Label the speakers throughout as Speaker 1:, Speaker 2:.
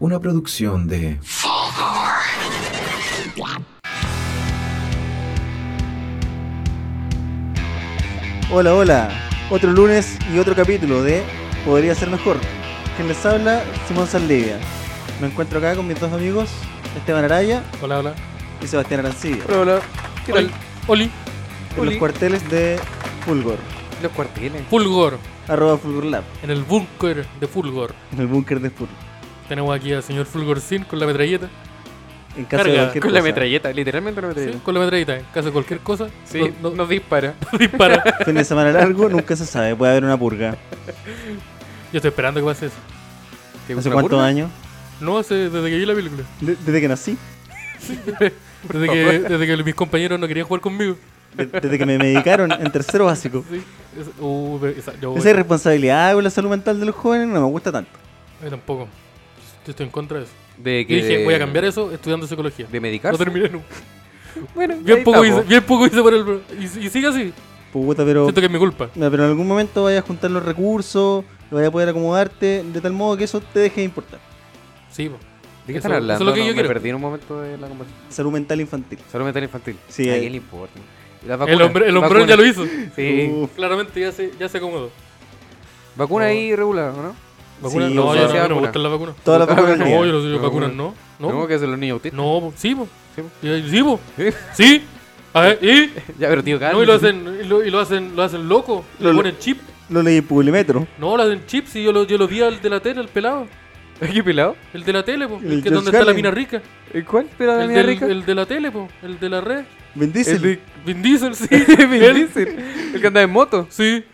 Speaker 1: Una producción de...
Speaker 2: Hola, hola. Otro lunes y otro capítulo de Podría ser mejor. Quien les habla, Simón Saldivia. Me encuentro acá con mis dos amigos, Esteban Araya
Speaker 3: Hola, hola.
Speaker 2: y Sebastián Arancibia,
Speaker 4: Hola, hola. ¿Qué tal?
Speaker 3: Oli, Oli,
Speaker 2: en los
Speaker 4: Uli.
Speaker 2: cuarteles de Fulgor,
Speaker 4: Los cuarteles.
Speaker 3: Fulgor,
Speaker 2: arroba Fulgor Lab,
Speaker 3: en el búnker de Fulgor.
Speaker 2: en el búnker de Fulgor.
Speaker 3: Tenemos aquí al señor Fulgor Sin con la metralleta.
Speaker 2: En caso de
Speaker 3: Carga,
Speaker 2: cualquier
Speaker 4: Con la
Speaker 2: cosa.
Speaker 4: metralleta, literalmente la
Speaker 3: Sí,
Speaker 4: metralleta.
Speaker 3: con la metralleta. En caso de cualquier cosa,
Speaker 4: Sí,
Speaker 3: no, no-
Speaker 4: nos dispara.
Speaker 3: no dispara.
Speaker 2: Fin de semana largo, nunca se sabe, puede haber una purga.
Speaker 3: Yo estoy esperando que pase eso.
Speaker 4: ¿Te gusta
Speaker 2: ¿Hace
Speaker 4: la
Speaker 2: cuántos
Speaker 4: purga?
Speaker 2: años?
Speaker 3: No hace desde que vi la película.
Speaker 2: De- desde que nací,
Speaker 3: Desde que, desde que mis compañeros no querían jugar conmigo.
Speaker 2: de- desde que me medicaron en tercero básico.
Speaker 3: Sí. Es- uh, esa- yo,
Speaker 2: Esa irresponsabilidad con la salud mental de los jóvenes no me gusta tanto.
Speaker 3: yo tampoco. Yo estoy en contra de eso.
Speaker 4: De
Speaker 3: Yo
Speaker 4: que
Speaker 3: dije, voy a cambiar eso estudiando psicología.
Speaker 4: De
Speaker 3: No
Speaker 4: medicarse.
Speaker 3: terminé nunca.
Speaker 4: bueno,
Speaker 3: Bien
Speaker 4: ahí
Speaker 3: poco, hice,
Speaker 4: estamos.
Speaker 3: bien poco hice por el... Y, y sigue así.
Speaker 2: Puta, pero...
Speaker 3: Siento que es mi culpa.
Speaker 2: No, pero en algún momento vayas a juntar los recursos, vayas a poder acomodarte, de tal modo que eso te deje de importar.
Speaker 3: Sí, po.
Speaker 4: ¿De qué
Speaker 3: Eso-
Speaker 4: están hablando?
Speaker 3: eso es lo que
Speaker 4: No,
Speaker 3: yo
Speaker 4: me
Speaker 3: quiero.
Speaker 4: perdí en un momento de la conversación.
Speaker 2: Salud mental infantil.
Speaker 4: Salud mental infantil.
Speaker 2: Sí,
Speaker 4: ¿A
Speaker 2: eh.
Speaker 4: quién le importa? Y las
Speaker 3: El,
Speaker 4: vacunas,
Speaker 3: hombre, el hombrón
Speaker 4: vacunas.
Speaker 3: ya lo hizo.
Speaker 4: Sí.
Speaker 2: Uf.
Speaker 3: Claramente ya se, ya se acomodó.
Speaker 4: Vacuna
Speaker 3: No.
Speaker 4: ahí regular, ¿o ¿no?
Speaker 3: ¿Vacunas?
Speaker 2: Sí,
Speaker 3: no,
Speaker 2: o sea,
Speaker 3: yo no, a mí no me
Speaker 4: vacuna.
Speaker 3: gustan las vacunas.
Speaker 2: Todas las
Speaker 4: Ah,
Speaker 2: vacunas
Speaker 4: no,
Speaker 2: al
Speaker 3: No, yo
Speaker 2: día.
Speaker 3: no soy de vacunas,
Speaker 4: Vacunas.
Speaker 3: no. No,
Speaker 4: Tenemos que hacer los niños autistas.
Speaker 3: no, po. sí, po.
Speaker 4: Sí,
Speaker 2: pues.
Speaker 4: po.
Speaker 3: Y- Sí, po. Sí. A ver, y.
Speaker 4: ya, pero tío,
Speaker 3: No, y lo
Speaker 4: cálmate.
Speaker 3: hacen, y lo, y lo hacen, lo hacen loco. Le
Speaker 2: pues. Lo-
Speaker 3: ponen chip.
Speaker 2: Lo leí en Publimetro.
Speaker 3: No, lo hacen chip. Si yo lo, yo lo vi al de la tele, el pelado.
Speaker 4: ¿Qué pelado?
Speaker 3: El de la tele, po. El,
Speaker 2: El
Speaker 3: que es donde
Speaker 2: George
Speaker 3: está la
Speaker 2: Carlin. Ah,
Speaker 3: mina rica.
Speaker 4: ¿El cuál? ¿Pelado de
Speaker 3: El,
Speaker 4: la mina
Speaker 3: del-
Speaker 4: rica?
Speaker 3: el de la tele, po. El de la red.
Speaker 2: Vin Diesel.
Speaker 4: El de-
Speaker 3: Vin Diesel, sí.
Speaker 4: Vin
Speaker 3: Él,
Speaker 4: Diesel. El que andaba en moto.
Speaker 3: Sí.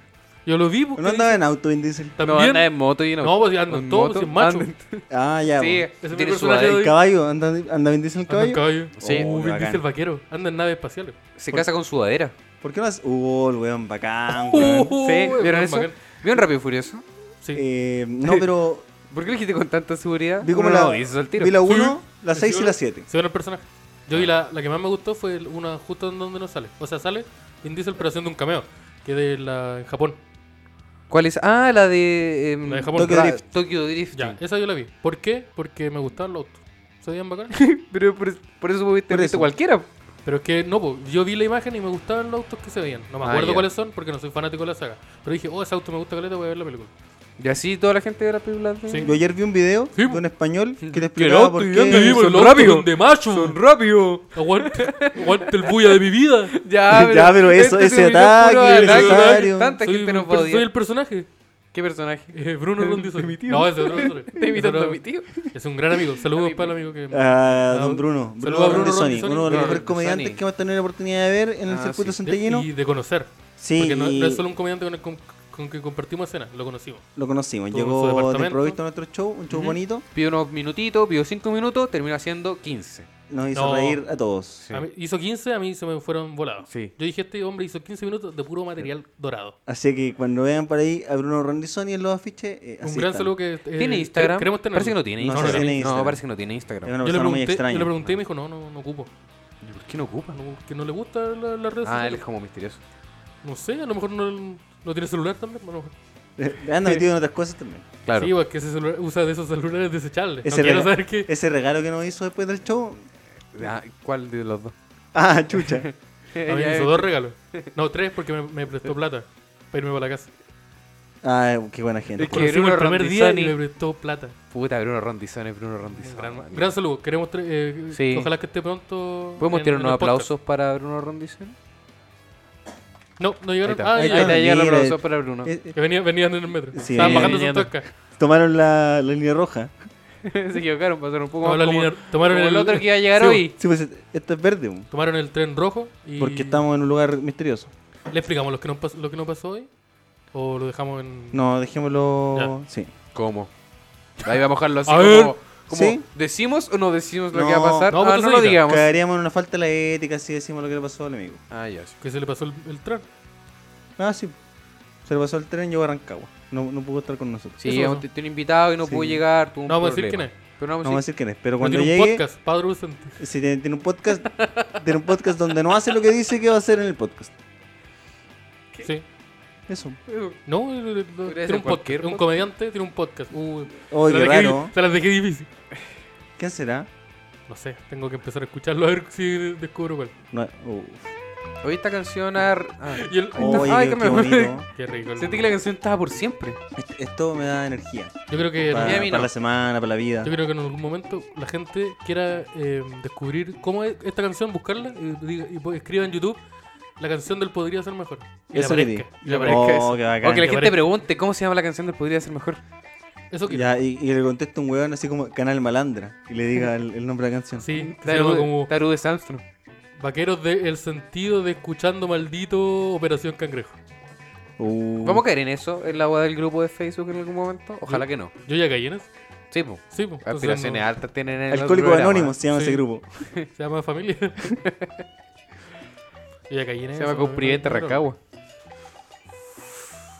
Speaker 3: Yo lo vi, po.
Speaker 2: No andaba en auto Vin Diesel.
Speaker 4: No,
Speaker 3: También.
Speaker 4: anda en moto y en
Speaker 3: No, pues, ya andan
Speaker 4: en
Speaker 3: todos,
Speaker 4: moto,
Speaker 3: si es macho.
Speaker 4: andan-
Speaker 2: Ah, ya.
Speaker 4: Sí,
Speaker 2: bueno.
Speaker 3: es mi
Speaker 4: tiene su
Speaker 3: personaje de
Speaker 4: ADN.
Speaker 3: hoy.
Speaker 2: El caballo, anda, anda Vin Diesel el
Speaker 3: Anda
Speaker 2: caballo.
Speaker 3: en caballo.
Speaker 4: Sí.
Speaker 3: Uh,
Speaker 2: Oh,
Speaker 3: Vin
Speaker 2: bacán.
Speaker 3: Diesel vaquero. Anda en naves espaciales.
Speaker 4: Se casa con sudadera.
Speaker 2: ¿Por qué no haces? Uh, el weón, bacán, weón.
Speaker 3: Uh,
Speaker 4: sí,
Speaker 3: weón,
Speaker 4: ¿vieron eso?
Speaker 3: bacán.
Speaker 4: ¿Vieron Rápido y Furioso?
Speaker 3: Sí.
Speaker 2: Eh, no, pero
Speaker 4: ¿Por qué lo dijiste con tanta seguridad?
Speaker 2: vi como
Speaker 4: Uno
Speaker 2: la,
Speaker 4: no dice eso al tiro.
Speaker 2: vi la
Speaker 3: Sí.
Speaker 2: 1, la 6
Speaker 3: Sí,
Speaker 2: y la 7.
Speaker 3: Se ven el personaje. Yo vi la,
Speaker 4: Ah.
Speaker 3: la que más me gustó fue el- una justo en donde no sale. O sea, sale Vin Diesel pero haciendo un cameo. Que de la en Japón.
Speaker 4: ¿Cuál es? Ah, la de... em,
Speaker 3: La de Japón.
Speaker 2: Tokyo
Speaker 4: Ra-
Speaker 2: Drift.
Speaker 4: Tokyo Drift.
Speaker 3: Ya, esa yo la vi. ¿Por qué? Porque me gustaban los autos. Se veían bacán.
Speaker 4: Pero por, por eso pudiste
Speaker 2: Por
Speaker 4: haber
Speaker 2: eso.
Speaker 4: visto cualquiera.
Speaker 3: Pero es que no, po, yo vi la imagen y me gustaban los autos que se veían. No me
Speaker 4: Ah,
Speaker 3: acuerdo
Speaker 4: ya.
Speaker 3: cuáles son porque no soy fanático de la saga. Pero dije, oh, ese auto me gusta caleta, voy a ver la película.
Speaker 4: Y así toda la gente de las películas de...
Speaker 3: Sí.
Speaker 2: Yo ayer vi un video
Speaker 3: Sí.
Speaker 2: de un español que te
Speaker 4: Que
Speaker 2: explicaba
Speaker 4: no,
Speaker 2: por qué...
Speaker 4: estoy viendo ahí,
Speaker 3: Son
Speaker 4: son
Speaker 3: rápido.
Speaker 4: rápidos.
Speaker 3: de macho.
Speaker 4: ¡Son rápido!
Speaker 3: Aguante, aguante el bulla de mi vida.
Speaker 4: Ya,
Speaker 2: Ya, pero eso- ese
Speaker 4: video
Speaker 2: ataque
Speaker 4: puro
Speaker 2: es
Speaker 4: ataque.
Speaker 2: necesario.
Speaker 4: Tanta
Speaker 3: Soy,
Speaker 4: gente nos va a
Speaker 3: pero soy
Speaker 4: odiar.
Speaker 3: el personaje.
Speaker 4: ¿Qué personaje?
Speaker 3: Eh, Bruno Rondizo.
Speaker 4: mi tío.
Speaker 3: No, ese es Bruno
Speaker 4: Está imitando a mi tío.
Speaker 3: Es un gran amigo. Saludos para el amigo que.
Speaker 2: Ah,
Speaker 3: Ah,
Speaker 2: don Bruno.
Speaker 3: saludos
Speaker 2: Bruno
Speaker 3: a Bruno
Speaker 2: Rondizoni,
Speaker 3: Rondizoni.
Speaker 2: uno de
Speaker 4: Bruno
Speaker 2: los mejores
Speaker 4: Rondizoni.
Speaker 2: comediantes que hemos tenido la oportunidad de ver en el
Speaker 4: Ah,
Speaker 2: circuito
Speaker 4: sí.
Speaker 3: De-
Speaker 2: centellino.
Speaker 3: y de conocer.
Speaker 2: Sí,
Speaker 3: Porque no,
Speaker 2: y
Speaker 3: no es solo un comediante con, el- con- con que compartimos escena, lo conocimos.
Speaker 2: lo conocimos.
Speaker 3: Estuvo en su
Speaker 2: Llegó de
Speaker 3: departamento.
Speaker 2: improviso a nuestro show, un show
Speaker 3: Ujú.
Speaker 2: bonito.
Speaker 4: Pido unos minutitos, pido cinco minutos, termina siendo 15.
Speaker 3: Eh,
Speaker 2: Nos hizo
Speaker 3: No.
Speaker 2: reír a todos.
Speaker 4: Sí.
Speaker 3: A mí- hizo 15, a mí se me fueron volados.
Speaker 4: Sí.
Speaker 3: Yo dije, este hombre hizo 15 minutos de puro material dorado.
Speaker 2: Así que cuando vean por ahí a Bruno Rondizoni en los afiches, eh, así
Speaker 3: un gran
Speaker 2: están.
Speaker 3: saludo que. eh,
Speaker 4: ¿Tiene
Speaker 3: que-
Speaker 4: Instagram?
Speaker 3: Queremos tenerlo.
Speaker 4: Parece que no tiene
Speaker 2: No, no
Speaker 4: Instagram.
Speaker 2: tiene Instagram.
Speaker 4: parece que no tiene
Speaker 2: Es
Speaker 4: Instagram.
Speaker 2: una
Speaker 3: Yo le,
Speaker 2: persona muy
Speaker 3: pregunté, yo
Speaker 2: extraña.
Speaker 3: le pregunté y me dijo, no, no, no ocupo.
Speaker 4: ¿Y ¿Por qué no ocupa?
Speaker 3: No, que no le gusta la, la red
Speaker 4: Ah,
Speaker 3: social.
Speaker 4: él es como misterioso.
Speaker 3: No sé, a lo mejor no, no tiene celular también. a lo mejor.
Speaker 2: Eh, Anda metido en otras cosas también.
Speaker 4: Claro.
Speaker 3: Sí, pues que ese celular usa de esos celulares desechables.
Speaker 2: Ese,
Speaker 3: no quiero
Speaker 2: rega-
Speaker 3: saber qué.
Speaker 2: ese regalo que nos hizo después del show.
Speaker 4: Ah, ¿Cuál de los dos?
Speaker 2: Ah, chucha.
Speaker 3: A mí me hizo dos regalos. No, tres porque me, me prestó plata para irme para la casa.
Speaker 2: Ah, qué buena gente.
Speaker 4: Es que
Speaker 3: Conocimos el
Speaker 4: Bruno
Speaker 3: primer día y
Speaker 4: Randizani-
Speaker 3: me prestó plata.
Speaker 4: Puta, Bruno Rondizone, Bruno Rondizone.
Speaker 3: Gran, gran saludo. Queremos tre- eh,
Speaker 4: Sí.
Speaker 3: ojalá que esté pronto.
Speaker 4: ¿Podemos
Speaker 3: en-
Speaker 4: tirar
Speaker 3: en
Speaker 4: unos
Speaker 3: el podcast.
Speaker 4: aplausos para Bruno Rondizone?
Speaker 3: No, no
Speaker 4: Ahí
Speaker 3: llegaron.
Speaker 4: está,
Speaker 3: ah,
Speaker 4: ahí
Speaker 3: ya,
Speaker 4: está,
Speaker 3: ya.
Speaker 4: ahí llegan los
Speaker 2: Mira,
Speaker 4: aplausos para Bruno.
Speaker 2: Eh, eh,
Speaker 3: Que venían, venían en el metro.
Speaker 2: Sí.
Speaker 3: Estaban bajando sus
Speaker 4: Venían.
Speaker 3: toscas.
Speaker 2: tomaron la, la línea roja.
Speaker 4: Se equivocaron, pasaron un poco
Speaker 3: No,
Speaker 4: más
Speaker 3: la
Speaker 4: como,
Speaker 3: línea- tomaron
Speaker 4: como
Speaker 3: el,
Speaker 4: el otro que iba a llegar
Speaker 3: Sí,
Speaker 4: hoy.
Speaker 2: Sí, pues eh, esto es verde, bo,
Speaker 3: Tomaron el tren rojo y.
Speaker 2: porque estamos en un lugar misterioso.
Speaker 3: ¿Le explicamos lo que, no pas- lo que no pasó hoy? ¿O lo dejamos en.?
Speaker 2: No, dejémoslo. Sí.
Speaker 4: ¿Cómo? Ahí vamos a dejarlo así
Speaker 3: A
Speaker 4: como...
Speaker 3: ver.
Speaker 4: como
Speaker 2: ¿Sí?
Speaker 4: ¿Decimos o no decimos lo
Speaker 2: No,
Speaker 4: que va a pasar?
Speaker 3: no,
Speaker 4: No,
Speaker 3: pues
Speaker 4: ah,
Speaker 3: tú
Speaker 4: no lo
Speaker 3: digas.
Speaker 4: digamos.
Speaker 2: Caeríamos en una falta de la ética si decimos lo que le pasó al amigo.
Speaker 4: Ah, ya, sí.
Speaker 3: Que se le pasó el, el tren.
Speaker 2: Ah, sí. Se le pasó el tren, llegó a Rancagua. No, no pudo estar con nosotros.
Speaker 4: Sí,
Speaker 3: Eso
Speaker 4: es
Speaker 3: pasó.
Speaker 4: un- tiene un invitado que no
Speaker 2: Sí.
Speaker 4: pudo llegar, tuvo un
Speaker 3: No vamos a decir
Speaker 4: problema.
Speaker 3: quién es.
Speaker 4: Pero no
Speaker 2: No
Speaker 4: vamos
Speaker 2: vamos a
Speaker 4: a decir...
Speaker 2: decir quién es, pero
Speaker 3: No
Speaker 2: cuando
Speaker 3: tiene un
Speaker 2: llegue,
Speaker 3: podcast, Padre Ausente.
Speaker 2: si tiene, tiene un podcast, tiene un podcast donde no hace lo que dice que va a hacer en el podcast.
Speaker 3: Sí.
Speaker 2: Eso.
Speaker 3: No, eh, eh, no,
Speaker 4: Podría
Speaker 3: tiene un
Speaker 4: ser
Speaker 3: podcast.
Speaker 4: cualquier
Speaker 3: Un
Speaker 4: podcast.
Speaker 3: comediante tiene un podcast. Uy,
Speaker 2: Oh,
Speaker 3: se
Speaker 2: qué
Speaker 3: las dejé
Speaker 2: raro.
Speaker 3: di- Se las dejé difícil.
Speaker 2: ¿Quién será?
Speaker 3: No sé, tengo que empezar a escucharlo a ver si descubro cuál.
Speaker 2: No, uf.
Speaker 4: Oye, esta canción. ar- Ah,
Speaker 3: Y el-
Speaker 4: está.
Speaker 2: Oye,
Speaker 4: Ay,
Speaker 2: qué,
Speaker 4: que
Speaker 2: qué
Speaker 4: me-
Speaker 2: bonito.
Speaker 3: Qué rico. el-
Speaker 4: sentí que la canción estaba por siempre.
Speaker 2: Est- Esto me da energía.
Speaker 3: Yo creo que
Speaker 2: Para,
Speaker 4: mí a mí no.
Speaker 2: para la semana, para la vida.
Speaker 3: Yo creo que en algún momento la gente quiera eh, descubrir cómo es esta canción, buscarla y, diga- y po- escriba en YouTube la canción del Podría Ser Mejor. Y
Speaker 2: Eso
Speaker 3: la
Speaker 2: quería.
Speaker 3: aparezca.
Speaker 4: Y la
Speaker 3: aparezca.
Speaker 4: aparezca eso.
Speaker 2: Oh, qué bacán.
Speaker 4: O que la
Speaker 3: que
Speaker 4: gente
Speaker 3: parezca.
Speaker 4: pregunte cómo se llama la canción del Podría Ser Mejor.
Speaker 3: Eso que
Speaker 2: Ya, y, y le contesta un weón así como Canal Malandra y le diga el, el nombre de la canción.
Speaker 3: Sí, que se llama
Speaker 4: Taru
Speaker 3: como
Speaker 4: Taru de Samsung.
Speaker 3: Vaqueros del sentido de escuchando maldito Operación Cangrejo.
Speaker 2: Uh,
Speaker 4: ¿Vamos a caer en eso? ¿En la agua del grupo de Facebook en algún momento? Ojalá que no.
Speaker 3: Yo ya caí en eso.
Speaker 4: Sí, pues.
Speaker 3: Sí, pues, entonces
Speaker 4: Aspiraciones
Speaker 3: no-
Speaker 4: altas tienen en el
Speaker 2: Alcohólicos
Speaker 4: programa.
Speaker 2: Anónimos se llama
Speaker 3: Sí.
Speaker 2: ese grupo.
Speaker 3: se llama familia. Yo ya caí en
Speaker 4: Se
Speaker 3: eso.
Speaker 4: llama
Speaker 3: no, no,
Speaker 4: Cumpriente
Speaker 3: no, no.
Speaker 4: Rancagua.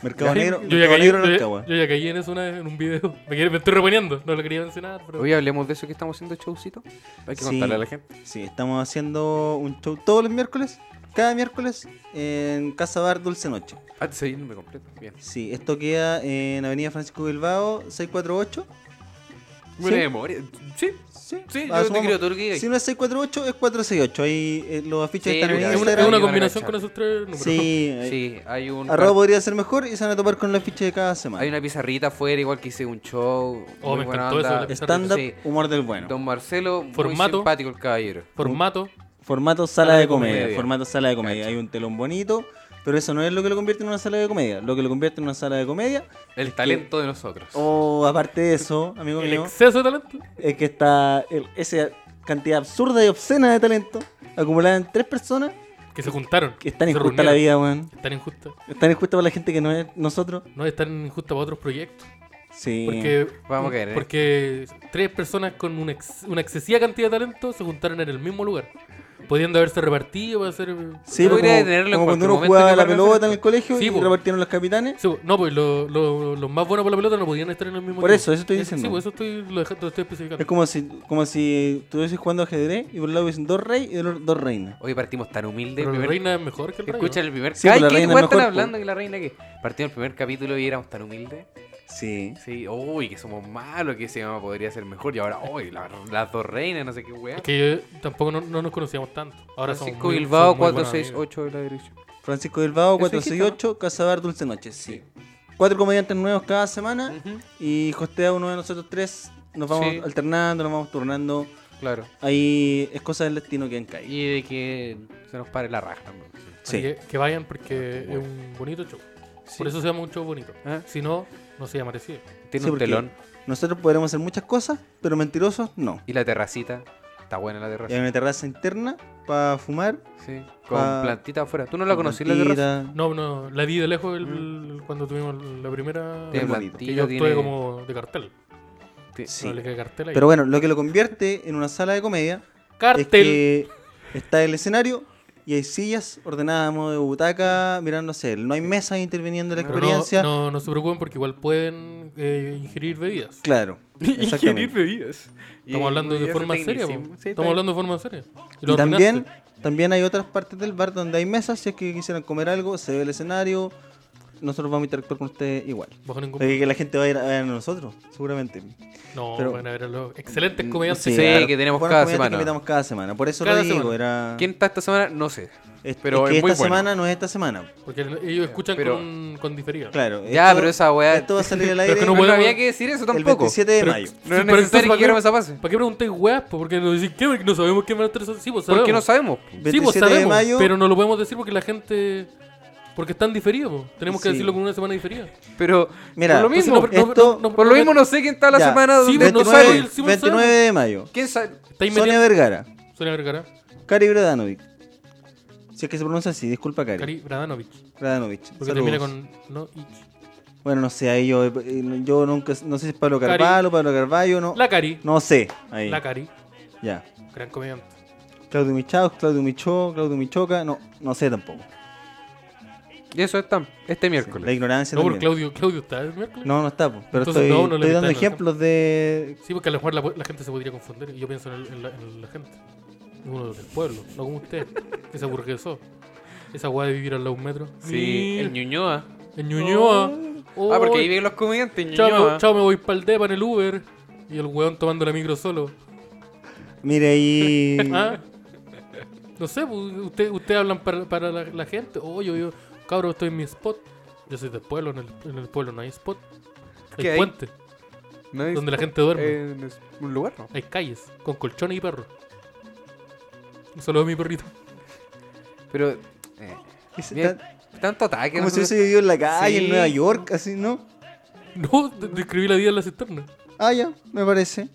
Speaker 2: Mercado
Speaker 3: Ya,
Speaker 2: Negro,
Speaker 3: Yo ya,
Speaker 2: Mercado
Speaker 3: caí,
Speaker 2: Negro
Speaker 3: yo ya-
Speaker 2: Rancagua.
Speaker 3: yo ya caí en eso una vez en un video. Me, quiere- me estoy reponiendo, no lo quería mencionar. Pero...
Speaker 4: Hoy hablemos de eso que estamos haciendo showcito. Hay que
Speaker 2: Sí.
Speaker 4: contarle a la gente.
Speaker 2: Sí, estamos haciendo un show todos los miércoles, cada miércoles en Casa Bar Dulce Noche.
Speaker 4: Ah, te seguí, no me completo. Bien.
Speaker 2: Sí, esto queda en Avenida Francisco Bilbao 648.
Speaker 4: Buena
Speaker 2: Sí.
Speaker 4: memoria. Sí.
Speaker 2: Sí,
Speaker 4: Sí,
Speaker 2: Ah,
Speaker 4: yo te
Speaker 2: sumamos.
Speaker 4: creo, tú lo que digas.
Speaker 2: Si no es 648, es 468. Ahí eh, los afiches
Speaker 4: Sí,
Speaker 2: están en
Speaker 4: mira,
Speaker 3: es una, es
Speaker 2: Instagram.
Speaker 3: una
Speaker 4: Instagram.
Speaker 3: combinación con esos tres números.
Speaker 2: Sí, eh,
Speaker 4: Sí, hay un.
Speaker 2: arroba podría ser mejor y se van a topar con los afiches de cada semana.
Speaker 4: Hay una pizarrita afuera, igual que hice un show.
Speaker 3: Oh,
Speaker 4: muy
Speaker 3: me
Speaker 4: buena
Speaker 3: encantó eso de
Speaker 4: onda.
Speaker 3: la pizarra.
Speaker 2: Stand-up,
Speaker 4: Sí.
Speaker 2: humor del bueno.
Speaker 4: Don Marcelo, muy
Speaker 3: Formato.
Speaker 4: simpático el caballero.
Speaker 3: Formato.
Speaker 2: Formato sala de comedia.
Speaker 4: comedia.
Speaker 2: Formato sala de comedia.
Speaker 4: Cacho.
Speaker 2: Hay un telón bonito, pero eso no es lo que lo convierte en una sala de comedia. Lo que lo convierte en una sala de comedia,
Speaker 4: El talento de nosotros.
Speaker 2: o aparte de eso, amigo
Speaker 3: El
Speaker 2: mío,
Speaker 3: exceso de talento.
Speaker 2: es que está el- esa cantidad absurda y obscena de talento acumulada en tres personas
Speaker 3: Que se juntaron.
Speaker 2: que están
Speaker 3: se
Speaker 2: injusta la
Speaker 3: reunieron.
Speaker 2: vida, weón.
Speaker 3: Están injusta.
Speaker 2: Están injusta para la gente que no es nosotros.
Speaker 3: No, están injusta para otros proyectos.
Speaker 2: Sí.
Speaker 3: Porque,
Speaker 4: Vamos a caer, ¿eh?
Speaker 3: porque tres personas con una, ex- una excesiva cantidad de talento se juntaron en el mismo lugar. Pudiendo haberse repartido para hacer.
Speaker 2: Sí,
Speaker 4: Podría
Speaker 2: como,
Speaker 4: detenerlo en
Speaker 2: como cuando
Speaker 4: cualquier
Speaker 2: uno
Speaker 4: momento
Speaker 2: jugaba
Speaker 4: que
Speaker 2: la
Speaker 4: pueda
Speaker 2: pelota
Speaker 4: hacer.
Speaker 2: en el colegio
Speaker 3: Sí,
Speaker 2: y
Speaker 3: po.
Speaker 2: repartieron los capitanes.
Speaker 3: Sí, no, pues lo- lo- los más buenos para la pelota no podían estar en el mismo
Speaker 2: Por
Speaker 3: equipo.
Speaker 2: eso, eso estoy
Speaker 3: Sí,
Speaker 2: diciendo.
Speaker 3: pues eso estoy, lo, dej- lo estoy especificando.
Speaker 2: Es como si, como si estuvieses jugando ajedrez y por un lado hubiesen dos reyes y del otro dos reinas.
Speaker 4: Hoy partimos tan humilde.
Speaker 3: Pero
Speaker 4: el
Speaker 3: la
Speaker 4: primer-
Speaker 3: reina es mejor que el rey.
Speaker 4: Escucha
Speaker 3: ¿no?
Speaker 4: el primer
Speaker 2: Sí, pues la
Speaker 4: Ay, ¿qué
Speaker 2: reina
Speaker 4: weá
Speaker 2: mejor,
Speaker 4: están
Speaker 2: pues.
Speaker 4: hablando que la reina que partimos el primer capítulo y éramos tan humildes.
Speaker 2: Sí.
Speaker 4: Sí, uy, que somos malos, que ese mamá podría ser mejor. Y ahora, uy, la- las dos reinas, no sé qué weá.
Speaker 3: Es que yo- tampoco no, no nos conocíamos tanto. Ahora
Speaker 4: Francisco
Speaker 3: somos muy-
Speaker 4: Bilbao,
Speaker 3: somos muy buenos
Speaker 4: 468 de la dirección.
Speaker 2: Francisco Bilbao,
Speaker 4: Eso dijiste,
Speaker 2: 468, Casabar Dulce Noche, sí. Cuatro comediantes nuevos cada semana y hostea uno de nosotros tres. Nos vamos
Speaker 4: Sí.
Speaker 2: alternando, nos vamos turnando.
Speaker 4: Claro.
Speaker 2: Ahí es cosa del destino que han caído.
Speaker 4: Y de que se nos pare la raja también.
Speaker 3: Así
Speaker 2: Sí.
Speaker 3: que, que vayan porque es un bonito show. Por eso se llama un show bonito.
Speaker 4: ¿Ah?
Speaker 3: Si no, no se llamaría así.
Speaker 4: Tiene
Speaker 2: Sí,
Speaker 4: un
Speaker 2: porque
Speaker 4: telón
Speaker 2: Nosotros podremos hacer muchas cosas, pero mentirosos no.
Speaker 4: y la terracita. Está buena la
Speaker 2: Y
Speaker 4: terraza.
Speaker 2: hay una terraza interna para fumar.
Speaker 4: Sí, con
Speaker 2: Ah.
Speaker 4: plantita afuera. ¿Tú no la conocí la terraza?
Speaker 2: plantita.
Speaker 3: No, no, la vi de lejos el-
Speaker 2: Mm.
Speaker 3: cuando tuvimos la primera.
Speaker 4: Tiene
Speaker 2: Es bonito.
Speaker 4: plantita,
Speaker 3: que yo actué
Speaker 4: tiene-
Speaker 3: como de cartel.
Speaker 4: ti-
Speaker 2: Sí.
Speaker 3: No le quedé cartel ahí.
Speaker 2: Pero bueno, lo que lo convierte en una sala de comedia es
Speaker 3: ¡Cartel!
Speaker 2: que está el escenario y hay sillas ordenadas a modo de butaca mirándose él. No hay mesas interviniendo en la
Speaker 3: Pero
Speaker 2: experiencia.
Speaker 3: No, no, no se preocupen porque igual pueden eh, ingerir bebidas.
Speaker 2: Claro.
Speaker 4: Ingerir
Speaker 2: Exactamente.
Speaker 4: bebidas.
Speaker 3: Estamos hablando de forma seria. po. Estamos hablando de forma seria. Y lo
Speaker 2: Y también,
Speaker 3: arruinaste.
Speaker 2: también hay otras partes del bar donde hay mesas. Si es que quisieran comer algo, se ve el escenario. Nosotros vamos a interactuar con ustedes igual.
Speaker 3: Bajo ningún-
Speaker 2: Oye, que la gente va a ir a ver a nosotros, seguramente.
Speaker 3: No,
Speaker 2: pero- Mm,
Speaker 3: van a ver a los excelentes comediantes.
Speaker 4: Sí,
Speaker 2: claro,
Speaker 4: que tenemos
Speaker 2: buenos
Speaker 4: cada
Speaker 2: comediantes
Speaker 4: semana.
Speaker 2: Que invitamos cada semana. Por eso
Speaker 3: Cada
Speaker 2: lo digo,
Speaker 3: semana.
Speaker 2: era.
Speaker 4: ¿Quién está esta semana? No sé.
Speaker 2: Es,
Speaker 4: Pero
Speaker 2: es que
Speaker 4: es muy
Speaker 2: esta
Speaker 4: bueno.
Speaker 2: semana no es esta semana.
Speaker 3: Porque ellos escuchan
Speaker 4: Pero-
Speaker 3: con, con diferido.
Speaker 2: Claro.
Speaker 4: Ya, pero esa weá-
Speaker 2: Esto va a salir al
Speaker 3: Pero es que
Speaker 2: aire
Speaker 3: no
Speaker 4: No,
Speaker 3: podemos-
Speaker 4: había que decir eso
Speaker 2: el
Speaker 4: tampoco.
Speaker 2: 27 de
Speaker 3: Pero-
Speaker 2: mayo.
Speaker 4: No es
Speaker 3: Pero entonces,
Speaker 4: necesario
Speaker 3: ¿para
Speaker 4: que
Speaker 3: qué-
Speaker 4: hagamos esa pase.
Speaker 3: ¿Para qué preguntáis weas? po? Porque nos dicen, ¿qué? Porque no sabemos quién va a estar. Sí, pues sabemos.
Speaker 4: ¿Por qué no sabemos? po?
Speaker 3: Sí, pues
Speaker 2: 27 de
Speaker 3: sabemos,
Speaker 2: mayo.
Speaker 3: pero no lo podemos decir porque la gente... Porque están diferidos, po. tenemos que
Speaker 2: Sí.
Speaker 3: decirlo con una semana diferida.
Speaker 4: Pero
Speaker 2: Mira,
Speaker 4: por lo mismo,
Speaker 2: entonces no- esto-
Speaker 4: por lo mismo no sé quién está la
Speaker 2: Ya.
Speaker 4: semana
Speaker 3: Sí,
Speaker 4: donde
Speaker 3: no
Speaker 2: 29,
Speaker 3: sabe,
Speaker 4: sale.
Speaker 3: el Simón
Speaker 2: 29
Speaker 3: sabe.
Speaker 2: de mayo.
Speaker 4: ¿Quién sabe?
Speaker 3: Estáis
Speaker 2: Sonia
Speaker 3: metiendo...
Speaker 2: Vergara,
Speaker 3: Sonia Vergara.
Speaker 2: Cari Bradanovic. Si es que se pronuncia así, disculpa Cari.
Speaker 3: Cari Bradanovic.
Speaker 2: Bradanovic.
Speaker 3: Porque
Speaker 2: saludos.
Speaker 3: termina con... No, ich.
Speaker 2: Bueno, no sé, ahí yo, eh, yo nunca, no sé si es Pablo
Speaker 3: Cari.
Speaker 2: Carvalho, Pablo Carvalho, no,
Speaker 3: La Cari.
Speaker 2: no sé. Ahí,
Speaker 3: La Cari.
Speaker 2: ya.
Speaker 3: Gran comediante.
Speaker 2: Claudio Michaos, Claudio Micho, Claudio Michoca, no, no sé tampoco.
Speaker 4: Y eso está este
Speaker 2: La
Speaker 4: miércoles.
Speaker 2: ignorancia
Speaker 3: No, porque
Speaker 2: también.
Speaker 3: Claudio, Claudio está el miércoles.
Speaker 2: No, no está, po, pero
Speaker 3: Entonces,
Speaker 2: estoy,
Speaker 3: no, no le
Speaker 2: estoy dando
Speaker 3: metáis, no.
Speaker 2: ejemplos de...
Speaker 3: Sí, porque a lo mejor la, la gente se podría confundir. Y yo pienso en, el- en la, en la gente. Uno del pueblo, no como usted, que se aburguesó. Esa weá de vivir al lado de un metro.
Speaker 4: Sí, en Ñuñoa.
Speaker 3: En Ñuñoa.
Speaker 4: Ah, porque ahí
Speaker 3: viene
Speaker 4: viven los comediantes,
Speaker 3: chao,
Speaker 4: Ñuñoa.
Speaker 3: me- chao, me voy para el depa en el Uber. Y el weón tomando la micro solo.
Speaker 2: Mira ahí.
Speaker 3: ¿Ah? No sé, pues, usted- ustedes hablan para, para la, la gente. Oh, yo, yo, cabro, estoy en mi spot. Yo soy del pueblo, en el, en el pueblo no hay spot. Hay
Speaker 4: ¿Qué hay?
Speaker 3: puente,
Speaker 4: No hay-
Speaker 3: donde la gente duerme.
Speaker 4: eh, no es un lugar, ¿no?
Speaker 3: Hay calles, con colchones y perros. Un saludo a mi perrito.
Speaker 4: Pero. eh,
Speaker 2: Es
Speaker 4: bien,
Speaker 2: tan-
Speaker 4: tanto ataque.
Speaker 2: como
Speaker 4: ¿no?
Speaker 2: si hubiese vivido en la calle, en
Speaker 4: Sí.
Speaker 2: Nueva York, así, ¿no?
Speaker 3: No, de- describí la vida en la cisterna.
Speaker 2: Ah, ya, me parece.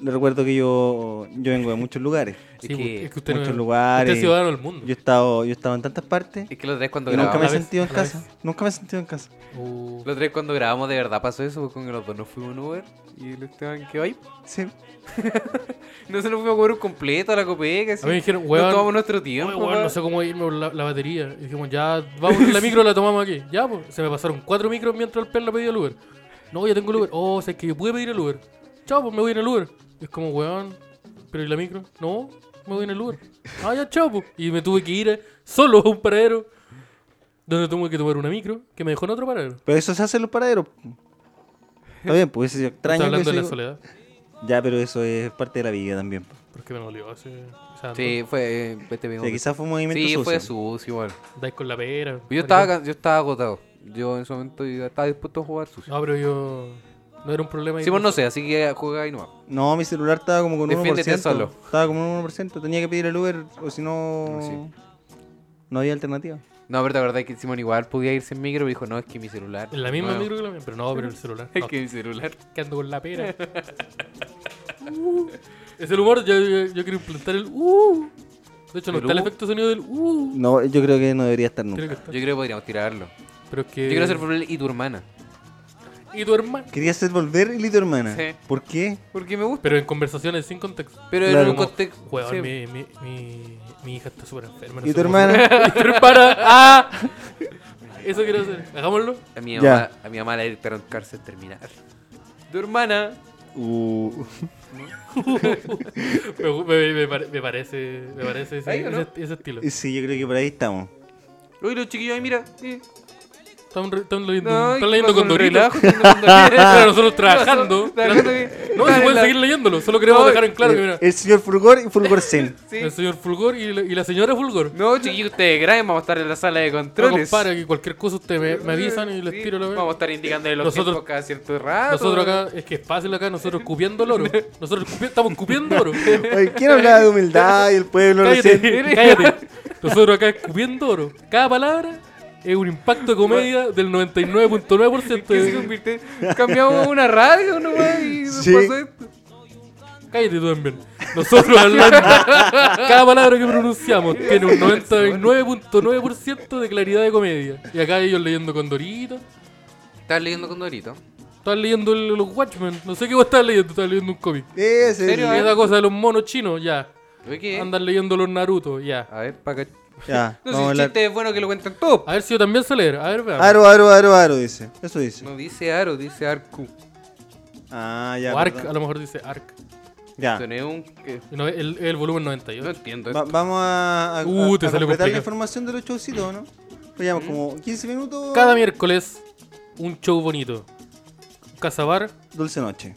Speaker 2: Le recuerdo que yo, yo vengo de muchos lugares.
Speaker 3: Sí,
Speaker 4: Es que-
Speaker 3: es que usted no-
Speaker 2: muchos
Speaker 3: Usted
Speaker 2: lugares.
Speaker 3: es ciudadano del mundo.
Speaker 2: Yo he estado, yo he estado en tantas partes
Speaker 4: Es que los tres cuando
Speaker 2: y nunca me he
Speaker 4: grabamos.
Speaker 3: vez,
Speaker 2: sentido en
Speaker 3: a la
Speaker 2: casa. Nunca me he sentido en casa.
Speaker 3: Oh,
Speaker 4: Los tres cuando grabamos de verdad pasó eso, pues, con que los dos nos fuimos en Uber y el Esteban que hoy.
Speaker 2: Sí.
Speaker 4: No se nos fuimos a cobrar un completo a la copeca,
Speaker 3: A mí me dijeron,
Speaker 4: Nos
Speaker 3: weón,
Speaker 4: tomamos nuestro
Speaker 3: "Oye,
Speaker 4: tiempo.
Speaker 3: weón, no
Speaker 4: pues, weón".
Speaker 3: sé cómo irme por la, la batería. Y dijimos, ya, vamos en la micro, la tomamos aquí. Ya, pues. Se me pasaron cuatro micros mientras el perro pedía el Uber. No, ya tengo el Uber. Oh, o sea, es que yo pude pedir el Uber. Chao, pues me voy en el Uber. Y es como, weón, pero ¿y la micro? No, me voy en el Uber. Ah, ya, chao, pues. Y me tuve que ir eh, solo a un paradero. Donde tuve que tomar una micro que me dejó en otro paradero.
Speaker 2: Pero eso se hace en los paraderos. Está bien, pues es
Speaker 3: Está
Speaker 2: extraño. que
Speaker 3: hablando de la
Speaker 2: eso-
Speaker 3: soledad.
Speaker 2: Ya, pero eso es parte de la vida también.
Speaker 3: Porque me dolió ese. ese ando.
Speaker 4: Sí, fue. eh, este mismo-
Speaker 2: O sea, quizás fue un movimiento
Speaker 4: Sí,
Speaker 2: sucio.
Speaker 4: fue sucio, igual.
Speaker 3: Dais con la pera.
Speaker 4: Yo estaba, can- yo estaba agotado. Yo en su momento yo estaba dispuesto a jugar sucio.
Speaker 3: No, pero yo. No era un problema. pues, ir
Speaker 4: Simón no
Speaker 3: con-
Speaker 4: sé, así que juega ahí nomás.
Speaker 2: No, mi celular estaba como con un 1%.
Speaker 4: Defiéndete solo. Ah,
Speaker 2: Estaba como un 1%. Tenía que pedir el Uber o si no... No había alternativa.
Speaker 4: No, pero te acordás que Simón igual podía irse en micro, pero dijo, no, es que mi celular.
Speaker 3: En la misma
Speaker 4: Bueno,
Speaker 3: micro que la mía. Pero no, pero el celular.
Speaker 4: Es
Speaker 3: No,
Speaker 4: que mi celular.
Speaker 3: que ando con la pera. Uh, es el humor. Yo, yo, yo quiero implantar el. Uh. De hecho, no
Speaker 4: ¿El
Speaker 3: está el
Speaker 4: uh?
Speaker 3: efecto sonido del. Uh.
Speaker 2: No, yo creo que no debería estar
Speaker 3: Creo
Speaker 2: nunca.
Speaker 3: que está.
Speaker 4: Yo creo que podríamos tirarlo.
Speaker 3: Pero es que.
Speaker 4: Yo quiero ser Fabel y tu hermana.
Speaker 3: Y tu hermano.
Speaker 2: Quería hacer volver y tu hermana.
Speaker 4: Sí.
Speaker 2: ¿Por qué?
Speaker 4: Porque me gusta.
Speaker 3: Pero en conversaciones sin contexto.
Speaker 4: Pero en
Speaker 2: Claro.
Speaker 4: un contexto.
Speaker 3: Weón,
Speaker 4: sí.
Speaker 3: mi, mi, mi, mi hija está súper enferma. no
Speaker 2: ¿Y
Speaker 3: sé
Speaker 2: tu
Speaker 3: cómo-
Speaker 2: hermana?
Speaker 3: Y tu hermana. ¡Ah! Eso quiero hacer. Hagámoslo.
Speaker 4: A mi
Speaker 2: Ya.
Speaker 4: mamá, a mi mamá le dictaron cárcel terminar. Tu hermana.
Speaker 2: Uh,
Speaker 3: me, me- me pare- me parece, me parece ese,
Speaker 4: Ahí, ¿o no?
Speaker 3: ese- ese estilo.
Speaker 2: sí, yo creo que por ahí estamos.
Speaker 4: Uy, los chiquillos ahí, mira. eh. Sí.
Speaker 3: Están, re- están leyendo,
Speaker 4: No,
Speaker 3: están leyendo con Doritos.
Speaker 4: relajo, leyendo con Doritos.
Speaker 3: Pero nosotros trabajando.
Speaker 4: Trabajando
Speaker 3: No,
Speaker 4: bien.
Speaker 3: se
Speaker 4: Dale,
Speaker 3: pueden
Speaker 4: la-
Speaker 3: seguir leyéndolo. Solo queremos
Speaker 4: No,
Speaker 3: dejar en claro que
Speaker 2: Eh,
Speaker 3: mira,
Speaker 2: El señor Fulgor y Fulgor Zen.
Speaker 4: Sí.
Speaker 3: el señor Fulgor y la, y la señora Fulgor.
Speaker 4: No, chiquillos, ustedes graben, vamos a estar en la sala de
Speaker 3: No,
Speaker 4: controles.
Speaker 3: compara que cualquier cosa ustedes me, me avisan y les
Speaker 4: Sí,
Speaker 3: tiro la
Speaker 4: Vamos a
Speaker 3: vez.
Speaker 4: estar indicándole los
Speaker 3: Nosotros-
Speaker 4: tiempos cada cierto rato.
Speaker 3: Nosotros acá, es que es fácil acá, nosotros cupiendo el oro. Nosotros cupi- estamos cupiendo oro.
Speaker 2: Ay, ¿Quién hablaba de humildad y el pueblo recién?
Speaker 3: Cállate, cállate. Nosotros acá escupiendo oro. Cada palabra es un impacto de comedia del 99.9%.
Speaker 4: ¿Qué se
Speaker 3: de-
Speaker 4: convirtió? Cambiamos una radio nomás y
Speaker 2: Sí.
Speaker 4: pasó esto.
Speaker 3: Cállate tú también. Nosotros hablando. cada palabra que pronunciamos tiene un 99.9% de claridad de comedia. Y acá ellos leyendo Condorito.
Speaker 4: ¿Estás leyendo con Dorito?
Speaker 3: Estás leyendo el- los Watchmen. No sé qué vos estás leyendo. Estás leyendo un cómic.
Speaker 2: Ese,
Speaker 4: serio? eh?
Speaker 3: Esa cosa de los monos chinos, ya.
Speaker 4: ¿Oye qué?
Speaker 3: Andan leyendo los Naruto, ya.
Speaker 4: A ver, para acá.
Speaker 2: Ya,
Speaker 4: No,
Speaker 2: vamos a
Speaker 4: si el
Speaker 2: hablar.
Speaker 4: chiste es bueno que lo cuentan todo.
Speaker 3: A ver si yo también sé leer. A ver, veamos.
Speaker 2: Aro, aro, aro, aro, dice. Eso dice.
Speaker 4: No dice Aro, dice Arcu.
Speaker 2: Ah,
Speaker 3: O
Speaker 2: ya.
Speaker 3: Arc,
Speaker 2: verdad.
Speaker 3: a lo mejor dice Arc.
Speaker 2: Ya.
Speaker 4: Soné un. eh,
Speaker 3: Y no, el, el volumen
Speaker 4: No
Speaker 3: 98.
Speaker 4: entiendo
Speaker 2: Ah. Va-
Speaker 4: esto.
Speaker 2: vamos a, a,
Speaker 3: Uh,
Speaker 2: a-
Speaker 3: te
Speaker 2: a
Speaker 3: salió
Speaker 2: completar la
Speaker 3: complicado.
Speaker 2: información de los showcitos, ¿o ¿no? Pues llevamos como 15 minutos.
Speaker 3: Cada miércoles, un show bonito. Casabar,
Speaker 2: Dulce Noche.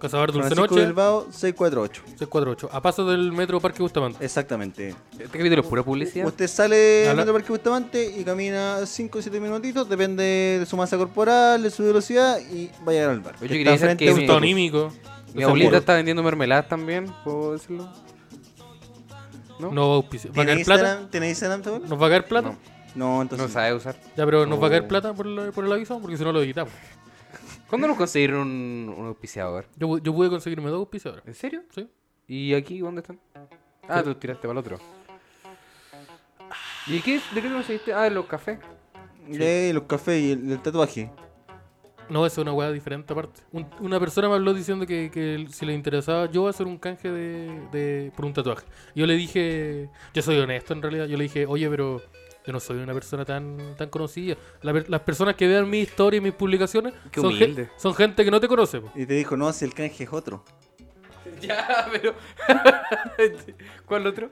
Speaker 3: Casabar Dulce
Speaker 2: Francisco
Speaker 3: Noche,
Speaker 2: Bilbao, 648.
Speaker 3: 648. A paso del metro Parque Bustamante.
Speaker 2: Exactamente.
Speaker 4: Este capítulo es pura publicidad.
Speaker 2: Usted sale del
Speaker 3: Habla-
Speaker 2: Metro Parque Bustamante y camina 5 o 7 minutitos, depende de su masa corporal, de su velocidad y va a llegar al bar.
Speaker 4: Oye,
Speaker 2: que
Speaker 4: quería
Speaker 2: está
Speaker 4: decir
Speaker 2: frente
Speaker 4: que
Speaker 2: a un
Speaker 4: mi-
Speaker 3: Resultado
Speaker 2: toro.
Speaker 3: anímico.
Speaker 4: Mi
Speaker 2: Los
Speaker 4: abuelita
Speaker 2: amores.
Speaker 4: está vendiendo mermeladas también, ¿puedo decirlo? ¿No?
Speaker 3: No va a auspiciar. ¿Va a
Speaker 2: ¿Tiene
Speaker 3: caer plata?
Speaker 2: Instagram? ¿Tiene Instagram tu abuela?
Speaker 3: ¿Nos va a caer plata?
Speaker 4: No.
Speaker 2: No, entonces.
Speaker 4: No sabe usar.
Speaker 3: Ya, pero ¿nos va a caer
Speaker 4: Oh.
Speaker 3: plata por, la- por el aviso? Porque si no lo editamos.
Speaker 4: ¿Cuándo nos consiguieron un, un auspiciador?
Speaker 3: Yo, pu- yo pude conseguirme dos auspiciadores.
Speaker 4: ¿En serio?
Speaker 3: ¿Sí?
Speaker 4: ¿Y aquí dónde están? Ah, tú tiraste para el otro. ¿Y qué, de qué lo conseguiste? Ah, de los cafés.
Speaker 2: Lee los cafés y el, el tatuaje.
Speaker 3: No, eso es una weá diferente aparte. Un- una persona me habló diciendo que, que si le interesaba yo hacer un canje de, de- por un tatuaje. Yo le dije, yo soy honesto en realidad, yo le dije, oye, pero yo no soy una persona tan, tan conocida. La per- las personas que vean mi historia y mis publicaciones
Speaker 4: Qué
Speaker 3: son,
Speaker 4: humilde.
Speaker 3: gen- son gente que no te conoce. po.
Speaker 2: Y te dijo, no, si el canje es otro.
Speaker 4: Ya, pero. ¿Cuál otro?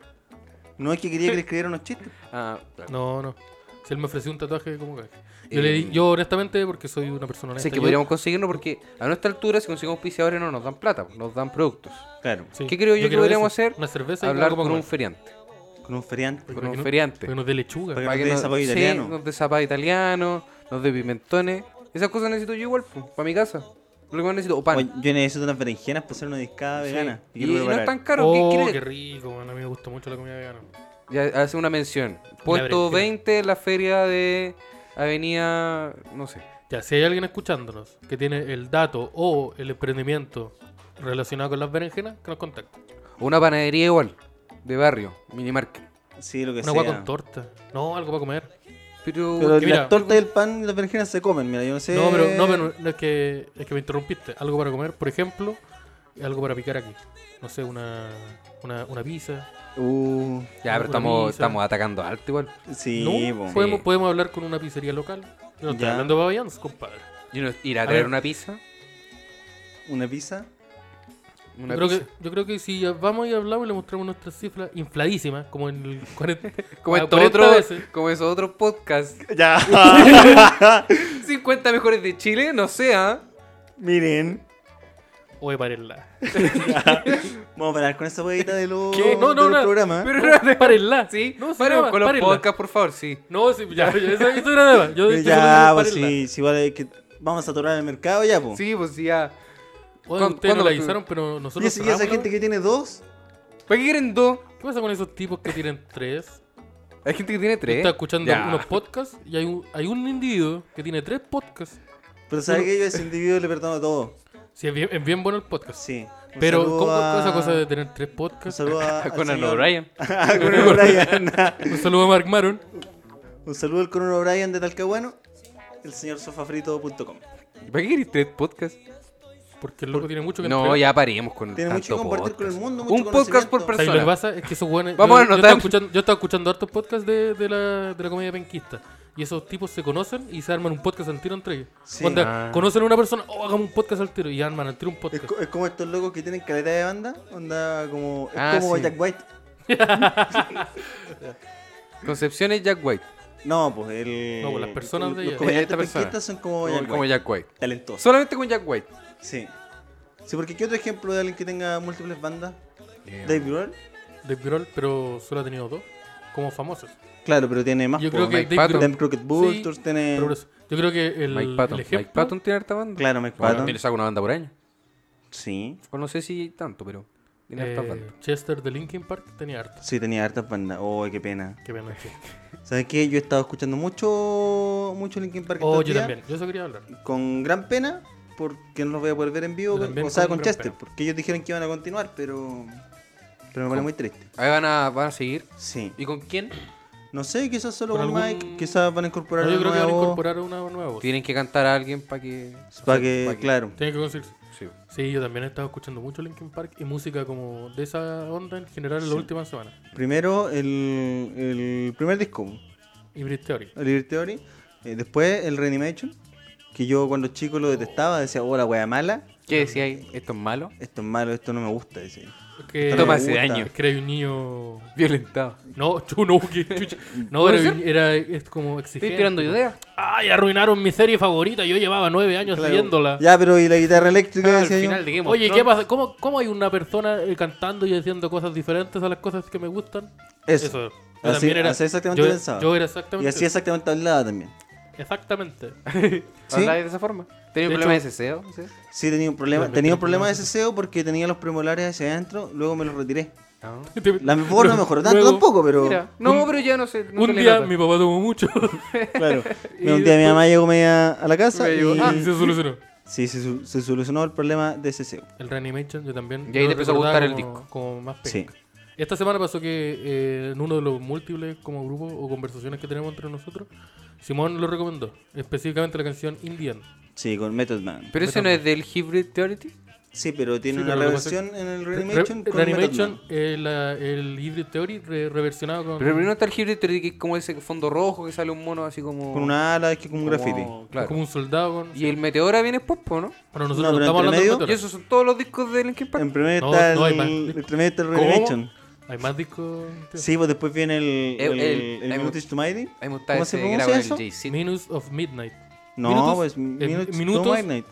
Speaker 2: No es que quería que le escribiera unos chistes.
Speaker 4: Ah, claro.
Speaker 3: No, no. Si él me ofreció un tatuaje como canje. Yo,
Speaker 4: Eh,
Speaker 3: le di, yo honestamente, porque soy una persona honesta.
Speaker 4: Sé que
Speaker 3: yo-
Speaker 4: podríamos conseguirlo porque a nuestra altura, si conseguimos auspiciadores, no nos dan plata, pues, nos dan productos.
Speaker 2: Claro,
Speaker 3: sí,
Speaker 4: ¿Qué creo yo que
Speaker 3: quiero
Speaker 4: podríamos
Speaker 3: eso,
Speaker 4: hacer?
Speaker 3: Una cerveza y
Speaker 4: Hablar
Speaker 3: algo para
Speaker 4: con un
Speaker 3: comer.
Speaker 4: feriante.
Speaker 2: con un feriante.
Speaker 4: Con
Speaker 3: que
Speaker 4: un
Speaker 3: no-
Speaker 4: feriante.
Speaker 3: Para que nos dé lechuga.
Speaker 2: Para
Speaker 4: Para
Speaker 2: nos
Speaker 4: que
Speaker 2: dé
Speaker 4: nos,
Speaker 2: zapallo
Speaker 4: sí,
Speaker 2: italiano.
Speaker 4: nos dé zapallo italiano, nos dé pimentones. Esas cosas necesito yo igual, para mi casa. Lo que más necesito, o pan.
Speaker 2: Oye, yo necesito unas berenjenas para hacer una discada
Speaker 4: Sí.
Speaker 2: vegana.
Speaker 4: Y,
Speaker 2: quiero
Speaker 4: no
Speaker 2: preparar.
Speaker 4: es tan caro. ¿qué
Speaker 3: oh,
Speaker 4: quieres?
Speaker 3: qué rico, man, a mí me gusta mucho la comida vegana.
Speaker 4: Ya hace una mención. Puesto
Speaker 3: berenjena.
Speaker 4: 20 en la feria de Avenida. No sé.
Speaker 3: Ya, si hay alguien escuchándonos que tiene el dato o el emprendimiento relacionado con las berenjenas, que nos contacte.
Speaker 4: Una panadería igual, de barrio, minimarket.
Speaker 2: Sí, lo que
Speaker 3: Una
Speaker 2: sea.
Speaker 3: agua con torta. No, algo para comer.
Speaker 4: Pero.
Speaker 2: Pero
Speaker 3: Porque mira-
Speaker 2: las tortas y el pan y las berenjenas se comen, mira, yo no sé.
Speaker 3: No, pero, no, pero no, es, que, es que me interrumpiste. Algo para comer, por ejemplo, y algo para picar aquí. No sé, una, una, una pizza.
Speaker 2: Uh,
Speaker 4: ya, pero
Speaker 3: Una
Speaker 4: estamos,
Speaker 3: pizza.
Speaker 4: estamos atacando arte igual.
Speaker 2: sí,
Speaker 3: no,
Speaker 2: po.
Speaker 3: podemos,
Speaker 4: Sí.
Speaker 3: podemos hablar con una pizzería local. Yo no estoy
Speaker 2: Ya.
Speaker 3: hablando de Babayans, compadre.
Speaker 4: Y no- ir a,
Speaker 3: A
Speaker 4: traer
Speaker 3: ver.
Speaker 4: una pizza.
Speaker 2: Una pizza.
Speaker 4: Una
Speaker 3: Yo creo,
Speaker 4: pizza.
Speaker 3: que, yo creo que si vamos y hablamos y le mostramos nuestras cifras infladísimas, como en el 40,
Speaker 4: Como,
Speaker 3: a
Speaker 4: estos
Speaker 3: 40
Speaker 4: otros-
Speaker 3: veces.
Speaker 4: como esos otros podcasts.
Speaker 2: Ya.
Speaker 4: 50 mejores de Chile, no sea.
Speaker 2: Miren.
Speaker 3: Oye, parenla.
Speaker 2: Vamos a parar con esa huevita de los
Speaker 3: ¿Qué? No, no,
Speaker 2: del
Speaker 3: no.
Speaker 2: programa.
Speaker 4: Pero
Speaker 3: No, párenla.
Speaker 4: Sí,
Speaker 3: No, sí,
Speaker 4: paremos
Speaker 3: no,
Speaker 4: con los
Speaker 3: párenla.
Speaker 4: podcasts, por favor, sí.
Speaker 3: No, sí, ya, ya, eso, eso era nada. Yo estoy
Speaker 2: ya,
Speaker 3: seguro
Speaker 2: pues
Speaker 3: que párenla.
Speaker 2: sí, si vale que vamos a saturar el mercado ya, pues.
Speaker 4: Sí, pues ya.
Speaker 3: Oye,
Speaker 4: ¿Cuándo-
Speaker 3: ustedes
Speaker 4: cuándo
Speaker 3: no
Speaker 4: lo-
Speaker 3: la avisaron, pero nosotros.
Speaker 2: Y, esa- y esa
Speaker 3: cerramos,
Speaker 2: gente
Speaker 3: ¿no?
Speaker 2: que tiene dos,
Speaker 4: ¿Para qué quieren dos?
Speaker 3: ¿Qué pasa con esos tipos que tienen tres?
Speaker 4: Hay gente que tiene tres.
Speaker 3: Está escuchando
Speaker 4: Ya.
Speaker 3: unos podcasts y hay un, hay un individuo que tiene tres podcasts.
Speaker 2: pero sabes que yo a ese individuo le perdono todo.
Speaker 3: Sí, es bien, es bien bueno el podcast.
Speaker 2: Sí. Un
Speaker 3: pero,
Speaker 2: saludo
Speaker 3: ¿cómo
Speaker 2: a-
Speaker 3: esa cosa de tener tres
Speaker 2: Un
Speaker 3: podcasts?
Speaker 2: saludo a, al
Speaker 4: Conan
Speaker 2: señor-
Speaker 4: O'Brien.
Speaker 2: a Conan O'Brien.
Speaker 3: Un saludo a Mark Maron.
Speaker 2: Un saludo al Conan O'Brien de Talcahuano, el señor sofafrito.com.
Speaker 4: ¿Para qué queréis tres podcasts?
Speaker 3: Porque el loco tiene mucho que
Speaker 4: No,
Speaker 3: entregar.
Speaker 4: ya paremos con
Speaker 2: Tiene mucho
Speaker 4: tanto
Speaker 2: que compartir con el mundo, mucho
Speaker 4: Un podcast por
Speaker 2: conocimiento.
Speaker 3: ¿Sabes lo que
Speaker 4: persona.
Speaker 3: pasa? Es que esos buenos.
Speaker 4: Vamos a
Speaker 3: yo, yo,
Speaker 4: anotar.
Speaker 3: estaba escuchando, yo estaba escuchando hartos podcasts de, de la, de la comedia penquista. Y esos tipos se conocen y se arman un podcast al tiro entre ellos.
Speaker 2: Sí.
Speaker 3: Onda,
Speaker 4: Ah.
Speaker 3: Conocen a una persona, oh, hagamos un podcast al tiro. Y arman al tiro un
Speaker 2: Es,
Speaker 3: podcast.
Speaker 2: co- es como estos locos que tienen caleta de banda, onda como, es
Speaker 4: Ah,
Speaker 2: como
Speaker 4: sí.
Speaker 2: Jack White.
Speaker 4: Concepción es Jack White.
Speaker 2: No, pues el.
Speaker 3: No, pues las personas de
Speaker 2: Los
Speaker 3: ella.
Speaker 4: Esta
Speaker 2: comediantes
Speaker 4: persona.
Speaker 2: penquistas son como
Speaker 4: Como
Speaker 2: Jack
Speaker 4: como
Speaker 2: White.
Speaker 4: Jack White.
Speaker 2: Talentosos.
Speaker 4: Solamente con Jack White.
Speaker 2: Sí. Sí, porque ¿qué otro ejemplo de alguien que tenga múltiples bandas?
Speaker 3: Eh,
Speaker 4: Bien.
Speaker 2: Dave Grohl.
Speaker 3: Dave Grohl, pero solo ha tenido dos como famosos.
Speaker 2: Claro, pero tiene más.
Speaker 3: Yo
Speaker 2: po,
Speaker 3: creo que
Speaker 2: Mike
Speaker 3: Dave
Speaker 4: Patton.
Speaker 3: Grohl,
Speaker 2: Dan Crockett Vultures tiene.
Speaker 3: pero por eso, yo creo que el,
Speaker 4: Mike Patton.
Speaker 3: el ejemplo,
Speaker 4: Mike Patton tiene harta banda.
Speaker 2: Claro, Mike
Speaker 4: Bueno,
Speaker 2: Patton.
Speaker 4: tiene saca una banda por año.
Speaker 2: Sí.
Speaker 4: O no sé si tanto, pero tiene
Speaker 3: eh,
Speaker 4: harta banda.
Speaker 3: Chester de Linkin Park tenía harto.
Speaker 2: Sí, tenía hartas bandas. Oh, qué pena.
Speaker 3: Qué pena. sí.
Speaker 2: ¿Sabes qué? Yo he estado escuchando mucho, mucho Linkin Park.
Speaker 3: Oh,
Speaker 2: estos
Speaker 3: yo
Speaker 2: días,
Speaker 3: también. Yo eso quería hablar.
Speaker 2: Con gran pena, porque no los voy a poder ver en vivo.
Speaker 3: Yo también
Speaker 2: O sea,
Speaker 3: con
Speaker 2: con
Speaker 3: gran
Speaker 2: Chester,
Speaker 3: pena.
Speaker 2: porque ellos dijeron que iban a continuar, pero. Pero me pone muy triste.
Speaker 4: Ahí van a, van a seguir.
Speaker 2: Sí.
Speaker 4: ¿Y con quién?
Speaker 2: No sé, quizás solo
Speaker 3: Con
Speaker 2: con
Speaker 3: algún-
Speaker 2: Mike, quizás van a incorporar
Speaker 3: No, yo
Speaker 2: algo
Speaker 3: creo que van a
Speaker 2: nuevo,
Speaker 3: incorporar una nueva voz.
Speaker 4: Tienen que cantar a alguien para que.
Speaker 2: Para que, claro.
Speaker 3: Tienen que conseguirse.
Speaker 4: Sí.
Speaker 3: Sí, yo también he estado escuchando mucho Linkin Park y música como de esa onda en general en la última semana.
Speaker 2: Primero el, el primer disco,
Speaker 3: Hybrid Theory.
Speaker 2: el Liberty Theory. eh, después el Reanimation, que yo cuando chico lo detestaba, decía, oh, la wea mala.
Speaker 4: ¿Qué decía ahí? ¿Esto es malo?
Speaker 2: Esto es malo, esto no me gusta, decía.
Speaker 3: Es que,
Speaker 2: Esto
Speaker 4: Toma
Speaker 2: me
Speaker 4: hace
Speaker 2: gusta.
Speaker 4: daño.
Speaker 3: es que era un niño...
Speaker 4: Violentado.
Speaker 3: No, chu- no, que chucha. No,
Speaker 4: ¿Puede
Speaker 3: era,
Speaker 4: ser?
Speaker 3: era- es como exigente.
Speaker 4: Estoy tirando ideas.
Speaker 3: ¡Ay, arruinaron mi serie favorita! Yo llevaba nueve años
Speaker 2: Claro.
Speaker 3: viéndola.
Speaker 2: Ya, pero y la guitarra
Speaker 3: Ah,
Speaker 2: eléctrica,
Speaker 4: Al
Speaker 2: decía yo.
Speaker 4: final de Game of
Speaker 3: Oye, ¿qué
Speaker 4: Thrones.
Speaker 3: pasa? ¿Cómo, ¿Cómo hay una persona eh, cantando y haciendo cosas diferentes a las cosas que me gustan?
Speaker 2: Eso.
Speaker 3: Eso.
Speaker 2: Así- así exactamente
Speaker 3: yo,
Speaker 2: pensaba.
Speaker 3: yo era exactamente.
Speaker 2: Y así exactamente hablaba también.
Speaker 3: Exactamente.
Speaker 2: ¿Sí?
Speaker 4: Habláis de esa forma. ¿Tenía un
Speaker 3: De
Speaker 4: problema de
Speaker 3: hecho-
Speaker 4: deseo? ¿Sí?
Speaker 2: Sí, tenía un problema,
Speaker 3: Pero
Speaker 2: tenía un
Speaker 3: tenía
Speaker 2: problema de ceseo porque tenía los premolares hacia adentro, luego me los retiré.
Speaker 4: No.
Speaker 2: La mejor no mejoró tanto
Speaker 3: Luego,
Speaker 2: tampoco, pero
Speaker 4: Mira, no, pero ya no sé. no
Speaker 3: Un
Speaker 4: se le
Speaker 3: día
Speaker 4: nota.
Speaker 3: mi papá tomó mucho.
Speaker 2: claro.
Speaker 3: Y
Speaker 2: un día mi
Speaker 3: después-
Speaker 2: mamá llegó media a la casa
Speaker 4: Me llegó-
Speaker 2: y-
Speaker 3: Ah, y se solucionó.
Speaker 2: Sí, se, su- se solucionó el problema de CCU.
Speaker 3: El Reanimation, yo también.
Speaker 4: Y ahí
Speaker 3: yo
Speaker 4: te empezó a
Speaker 3: recordaba
Speaker 4: gustar el
Speaker 3: como-
Speaker 4: disco.
Speaker 3: Como más
Speaker 2: Sí.
Speaker 3: penca. Esta semana pasó que eh, en uno de los múltiples como grupos o conversaciones que tenemos entre nosotros, Simón lo recomendó. Específicamente la canción Indian.
Speaker 2: Sí, con Method Man.
Speaker 4: ¿Pero ese no es del Hybrid Theory?
Speaker 2: Sí, pero tiene
Speaker 3: Sí,
Speaker 2: una
Speaker 3: pero lo que pasa-
Speaker 2: reversión en el Reanimation
Speaker 3: Reanimation,
Speaker 2: con Method Man.
Speaker 3: eh, la- el Hybrid Theory re- reversionado con...
Speaker 4: Pero primero está el Hybrid Theory, que es como ese fondo rojo que sale un mono así como.
Speaker 2: Con una ala, es que
Speaker 3: Oh.
Speaker 2: como un graffiti.
Speaker 4: como- claro.
Speaker 3: como un soldado con...
Speaker 4: Y el Meteora viene después, po, ¿no?
Speaker 2: No,
Speaker 3: Bueno,
Speaker 2: pero
Speaker 3: nosotros no, estamos
Speaker 2: entre
Speaker 3: hablando de
Speaker 2: medio-
Speaker 4: Y
Speaker 3: Meteora.
Speaker 4: esos son todos los discos de Linkin Park.
Speaker 2: En primer
Speaker 3: No,
Speaker 2: está
Speaker 3: no hay
Speaker 2: el,
Speaker 3: más.
Speaker 2: entre medio está el
Speaker 4: ¿Cómo?
Speaker 2: Reanimation.
Speaker 3: Hay más discos. tío.
Speaker 2: Sí, pues después viene el.
Speaker 4: El-
Speaker 2: El,
Speaker 4: el-
Speaker 2: el
Speaker 4: el-
Speaker 2: Minutes to Mighty.
Speaker 4: Ahí me gusta
Speaker 2: ¿Cómo se
Speaker 4: ese que
Speaker 2: pronuncia
Speaker 4: graba el
Speaker 2: eso?
Speaker 4: Jay-Z.
Speaker 3: Minutes of Midnight.
Speaker 2: No,
Speaker 3: Minutos,
Speaker 2: pues
Speaker 3: eh,
Speaker 2: Minutes, to
Speaker 3: minutos.
Speaker 2: Midnight.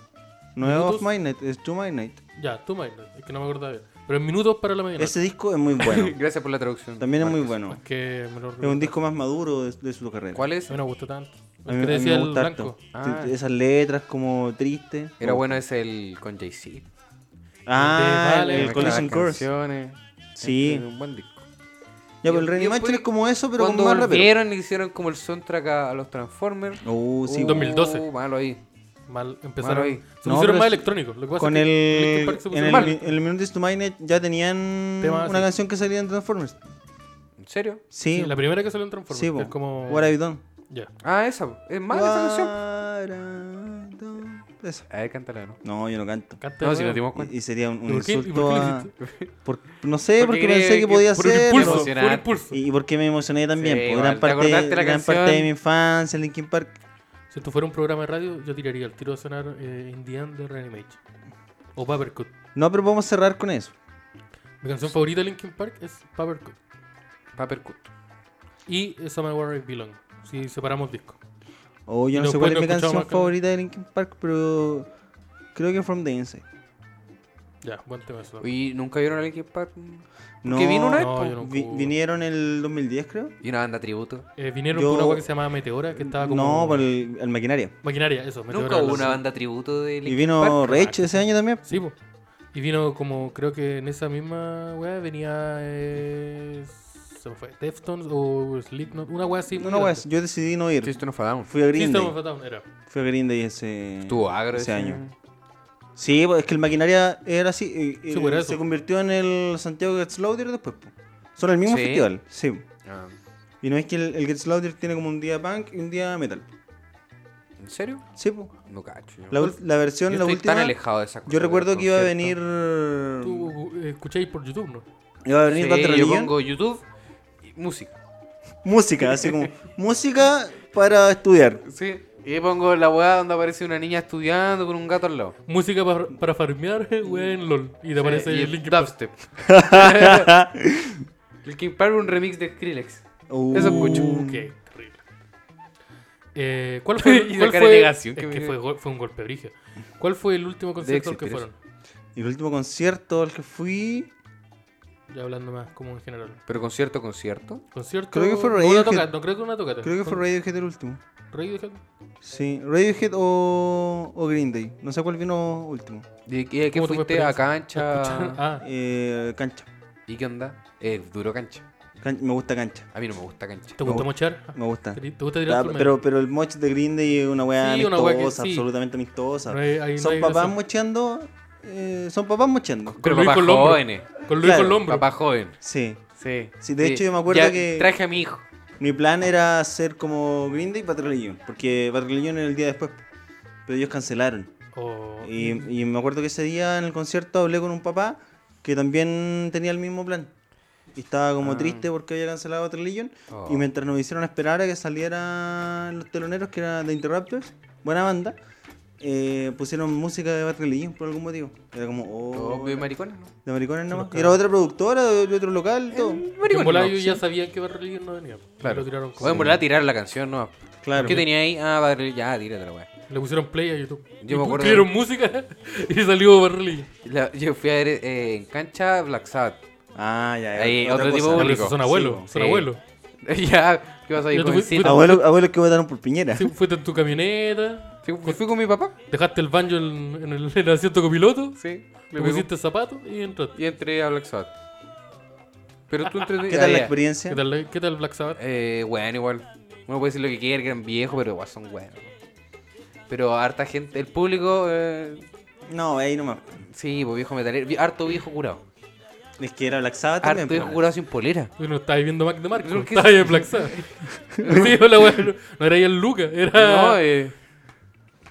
Speaker 2: No es
Speaker 3: Minutos.
Speaker 2: Of Midnight, es To Midnight.
Speaker 3: Ya, tú Midnight. Es que no me acordaba bien. Pero en minutos para la mañana.
Speaker 2: Ese disco es muy bueno.
Speaker 4: Gracias por la traducción.
Speaker 2: También es muy
Speaker 4: Marcos.
Speaker 2: bueno.
Speaker 3: Que me lo
Speaker 2: Es un disco más maduro de, de su carrera.
Speaker 4: ¿Cuál es?
Speaker 3: No me gustó tanto.
Speaker 2: A
Speaker 3: El
Speaker 2: mí,
Speaker 3: que
Speaker 2: a
Speaker 3: te
Speaker 2: mí
Speaker 3: decía
Speaker 2: me
Speaker 3: el
Speaker 2: gusta
Speaker 3: blanco.
Speaker 2: harto.
Speaker 4: Ah.
Speaker 2: Sí, Esas letras como tristes.
Speaker 4: Era bueno es el con Jay-Z.
Speaker 2: Ah, el,
Speaker 3: Te vale.
Speaker 2: el Collision Course.
Speaker 4: Course.
Speaker 2: Sí.
Speaker 4: un buen disco.
Speaker 2: Ya, pero el
Speaker 4: Y-
Speaker 2: Randy
Speaker 4: y
Speaker 2: Manchon
Speaker 4: después,
Speaker 2: es como eso, pero con
Speaker 4: Cuando
Speaker 2: más rapero.
Speaker 4: volvieron y hicieron como el soundtrack a, a los Transformers.
Speaker 2: Uh, sí.
Speaker 4: Uh,
Speaker 3: 2012.
Speaker 4: Malo ahí.
Speaker 3: Mal, empezaron.
Speaker 4: ahí.
Speaker 3: Se
Speaker 2: No,
Speaker 3: pusieron
Speaker 2: pero
Speaker 3: más
Speaker 2: es-
Speaker 3: electrónicos. Lo que pasa
Speaker 2: Con
Speaker 3: es
Speaker 2: el.
Speaker 3: que Linkin Park se
Speaker 2: En
Speaker 3: pusieron
Speaker 2: el,
Speaker 3: mal.
Speaker 2: mi- en el Minutes to Midnight ya tenían
Speaker 3: Tema
Speaker 2: una
Speaker 3: así.
Speaker 2: canción que salía en Transformers.
Speaker 4: ¿En serio?
Speaker 2: Sí,
Speaker 3: Sí, la primera que salió en Transformers.
Speaker 2: sí,
Speaker 3: que
Speaker 2: po.
Speaker 3: es como.
Speaker 2: What I've Done.
Speaker 3: Ya.
Speaker 4: Ah, esa. Es mala esa canción.
Speaker 2: What I've Done. Esa.
Speaker 4: A ver, cántala, ¿no?
Speaker 2: No, yo no canto.
Speaker 3: Canta
Speaker 4: No,
Speaker 3: de
Speaker 4: si
Speaker 3: nuevo.
Speaker 4: nos dimos cuenta.
Speaker 2: Y, y sería un, un
Speaker 3: ¿Y por qué- y por
Speaker 2: insulto
Speaker 3: qué lo
Speaker 2: a-
Speaker 3: hiciste?
Speaker 2: por- no sé,
Speaker 4: Porque
Speaker 2: porque,
Speaker 4: creí
Speaker 2: pensé que
Speaker 4: que
Speaker 2: podía
Speaker 3: Por un
Speaker 2: ser.
Speaker 3: impulso,
Speaker 2: pero-
Speaker 3: Ah, por un
Speaker 4: emocionante.
Speaker 3: impulso.
Speaker 2: Y, y porque me emocioné también.
Speaker 4: Sí,
Speaker 2: porque
Speaker 4: igual.
Speaker 2: gran
Speaker 4: ¿Te
Speaker 2: parte,
Speaker 4: acordaste la
Speaker 2: gran parte
Speaker 4: canción?
Speaker 2: de mi infancia, Linkin Park.
Speaker 3: Si esto fuera un programa de radio, yo tiraría el tiro de sonar eh, In the End de Reanimate. O Papercut.
Speaker 2: No, pero vamos a cerrar con eso.
Speaker 3: Mi canción favorita de Linkin Park es Papercut.
Speaker 4: Papercut.
Speaker 3: Y Summer Where I Belong. Si separamos disco.
Speaker 2: Oh, yo
Speaker 3: Y
Speaker 2: no sé cuál es mi
Speaker 3: después no escuchamos
Speaker 2: canción
Speaker 3: más
Speaker 2: favorita de Linkin Park, pero creo que From the Inside.
Speaker 3: Ya, buen tema eso.
Speaker 4: ¿Y nunca vieron a Linkin Park? mm,
Speaker 2: No,
Speaker 4: Porque vino una vez,
Speaker 3: no,
Speaker 4: po.
Speaker 3: yo no
Speaker 2: pues, vi-
Speaker 3: pude.
Speaker 2: vinieron el 2010, creo.
Speaker 4: Y una banda tributo.
Speaker 3: Eh, vinieron
Speaker 2: Yo-
Speaker 3: por una cosa que se llamaba Meteora, que estaba como.
Speaker 2: No, por el, el maquinaria.
Speaker 3: Maquinaria, eso. Meteora
Speaker 4: Nunca hubo
Speaker 3: lanzó-
Speaker 4: una banda tributo de Linkin
Speaker 2: Y vino
Speaker 4: Park.
Speaker 2: Rage ese año también.
Speaker 3: Sí, po. Y vino como, creo que en esa misma weá venía. eh, se me fue. Deftones o Slipknot. Una weá así.
Speaker 2: No, no, weas, yo decidí no ir.
Speaker 4: System of a Down.
Speaker 2: Fui a Green
Speaker 3: Sí,
Speaker 2: Day.
Speaker 3: era.
Speaker 2: Fui a Green Day ese,
Speaker 4: Estuvo agro
Speaker 2: ese año. Sí, pues, es que el maquinaria era así. eh,
Speaker 3: Sí,
Speaker 2: eh,
Speaker 3: pues, era
Speaker 2: se
Speaker 3: eso.
Speaker 2: convirtió en el Santiago Gets Louder después. po. Son el mismo
Speaker 4: Sí.
Speaker 2: festival. Sí.
Speaker 4: Ah,
Speaker 2: Y no es que el, el Gets Louder tiene como un día punk y un día metal.
Speaker 4: ¿En serio?
Speaker 2: Sí, pues.
Speaker 4: No cacho. yo.
Speaker 2: La, ul- la
Speaker 4: Yo
Speaker 2: versión, la
Speaker 4: estoy
Speaker 2: última.
Speaker 4: tan alejado de esa
Speaker 2: yo recuerdo que iba a venir. Iba
Speaker 3: Tú eh, escucháis por YouTube, ¿no?
Speaker 2: a venir Bad
Speaker 4: yo
Speaker 2: Religion.
Speaker 4: pongo YouTube y música.
Speaker 2: Música, así como. música para estudiar.
Speaker 4: Sí. Y ahí pongo la weá donde aparece una niña estudiando con un gato al lado.
Speaker 3: Música pa- para farmear, eh, weá, en LOL. Y te aparece
Speaker 4: Sí, y
Speaker 3: el Linkin Park.
Speaker 4: Dubstep. Linkin Park un remix de Skrillex.
Speaker 2: Uh,
Speaker 4: Eso escucho.
Speaker 3: Uh, qué terrible. Eh, ¿Cuál fue,
Speaker 4: Y la
Speaker 3: cuál
Speaker 4: cara
Speaker 3: fue-
Speaker 4: de negación
Speaker 3: es
Speaker 4: que
Speaker 3: que,
Speaker 4: me-
Speaker 3: fue, gol- fue un golpe brige. ¿Cuál fue el último concierto al que
Speaker 4: existir eso.
Speaker 3: fueron?
Speaker 2: El último concierto al que fui.
Speaker 3: Ya hablando más como en general.
Speaker 4: Pero concierto, concierto.
Speaker 3: Concierto.
Speaker 2: Creo que fue
Speaker 3: no,
Speaker 2: Radiohead.
Speaker 3: una tocata, no creo que una tocata.
Speaker 2: Creo que fue
Speaker 3: Con-
Speaker 2: Radiohead el último.
Speaker 3: Radiohead.
Speaker 2: Sí, Radiohead o, o Green Day. No sé cuál vino último.
Speaker 4: ¿De qué, de qué
Speaker 3: ¿Cómo te fue
Speaker 4: fuiste a
Speaker 3: experiencia? Escuchar-
Speaker 4: cancha?
Speaker 3: Ah,
Speaker 2: Eh, cancha.
Speaker 4: ¿Y qué onda? Eh, duro cancha.
Speaker 2: Can- Me gusta cancha.
Speaker 4: A mí no me gusta cancha.
Speaker 3: ¿te gusta
Speaker 2: gusta.
Speaker 3: mochar?
Speaker 2: Me gusta.
Speaker 3: ¿Te gusta
Speaker 2: Ah,
Speaker 3: tirar por medio?
Speaker 2: pero, pero el moch de Green Day es una weá
Speaker 3: Sí, una
Speaker 2: amistosa,
Speaker 3: weá que sí.
Speaker 2: absolutamente amistosa.
Speaker 3: No hay- ahí no
Speaker 2: son
Speaker 3: hay
Speaker 2: papás
Speaker 3: razón.
Speaker 2: mocheando. eh, son papás mocheando.
Speaker 4: Pero
Speaker 3: Luis
Speaker 4: papá
Speaker 3: Colombo.
Speaker 4: jóvenes.
Speaker 3: Con Luis
Speaker 2: claro,
Speaker 3: Colombo.
Speaker 4: Papá joven.
Speaker 2: Sí.
Speaker 4: Sí.
Speaker 2: Sí, de hecho yo me acuerdo
Speaker 4: Ya
Speaker 2: que-
Speaker 4: Traje a mi hijo.
Speaker 2: Mi plan era hacer como Green Day y Bad Religion, porque Bad Religion era el día después. Pero ellos cancelaron.
Speaker 3: O-
Speaker 2: Y, y me acuerdo que ese día en el concierto hablé con un papá que también tenía el mismo plan. Y estaba como
Speaker 4: Ah.
Speaker 2: triste porque había cancelado Battle Legion.
Speaker 4: Oh.
Speaker 2: Y mientras nos hicieron esperar a que salieran los teloneros, que eran The Interrupters, buena banda, eh, pusieron música de Battle Legion por algún motivo. Era como, oh,
Speaker 4: Obvio, maricona, ¿no?
Speaker 2: de maricones nomás.
Speaker 3: Local.
Speaker 2: Y era otra productora de, de otro local, todo.
Speaker 3: Que en
Speaker 4: Maricona,
Speaker 3: volada
Speaker 4: no.
Speaker 3: ellos ya sabían que Bad Religion no venía. y
Speaker 4: Claro.
Speaker 3: Lo tiraron como-
Speaker 4: Voy a volver a tirar la canción, ¿no?
Speaker 2: Claro.
Speaker 4: ¿Qué tenía ahí? Ah, padre, ya, tírate la weá.
Speaker 3: Le pusieron play a YouTube.
Speaker 4: Yo me acuerdo-
Speaker 3: Pusieron música y salió Bad Religion.
Speaker 4: La- yo fui a ver eh, en cancha Black Sabbath.
Speaker 2: Ah, ya.
Speaker 4: Ahí,
Speaker 2: otra
Speaker 4: otro
Speaker 2: cosa.
Speaker 4: tipo-
Speaker 3: Pero
Speaker 4: Único.
Speaker 3: eso son abuelos.
Speaker 4: Sí,
Speaker 3: son
Speaker 4: sí.
Speaker 3: abuelos.
Speaker 4: ya, ¿qué vas a ir
Speaker 3: Yo te
Speaker 4: con
Speaker 3: fui- fui-
Speaker 2: Abuelos abuelos que votaron por Piñera.
Speaker 3: Sí, fuiste en tu camioneta,
Speaker 4: Fui, fui con mi papá.
Speaker 3: dejaste el banjo en, en el, en el asiento copiloto,
Speaker 4: Sí.
Speaker 3: le
Speaker 4: Me pegó.
Speaker 3: pusiste zapatos y entraste.
Speaker 4: Y entré a Black Sabbath. Pero tú entraste.
Speaker 2: ¿Qué tal la
Speaker 3: ¿Qué
Speaker 2: experiencia?
Speaker 3: tal, la- qué tal Black Sabbath?
Speaker 4: Eh, bueno, igual. Uno puede decir lo que quiera, que eran viejos, pero igual son buenos. Pero harta gente, el público, eh,
Speaker 2: No, ahí nomás.
Speaker 4: sí, pues viejo metalero, vi- harto viejo curado.
Speaker 2: Es que era Black Sabbath
Speaker 4: Harto
Speaker 2: también.
Speaker 4: viejo
Speaker 2: pues.
Speaker 4: curado sin polera.
Speaker 3: Tú no estabas viendo Mac de Marco,
Speaker 4: ¿Pero qué
Speaker 3: estabas
Speaker 4: es-
Speaker 3: en Black Sabbath. sí, hola, güey, no, no era ahí el Luca,
Speaker 4: No,
Speaker 3: era...
Speaker 4: eh,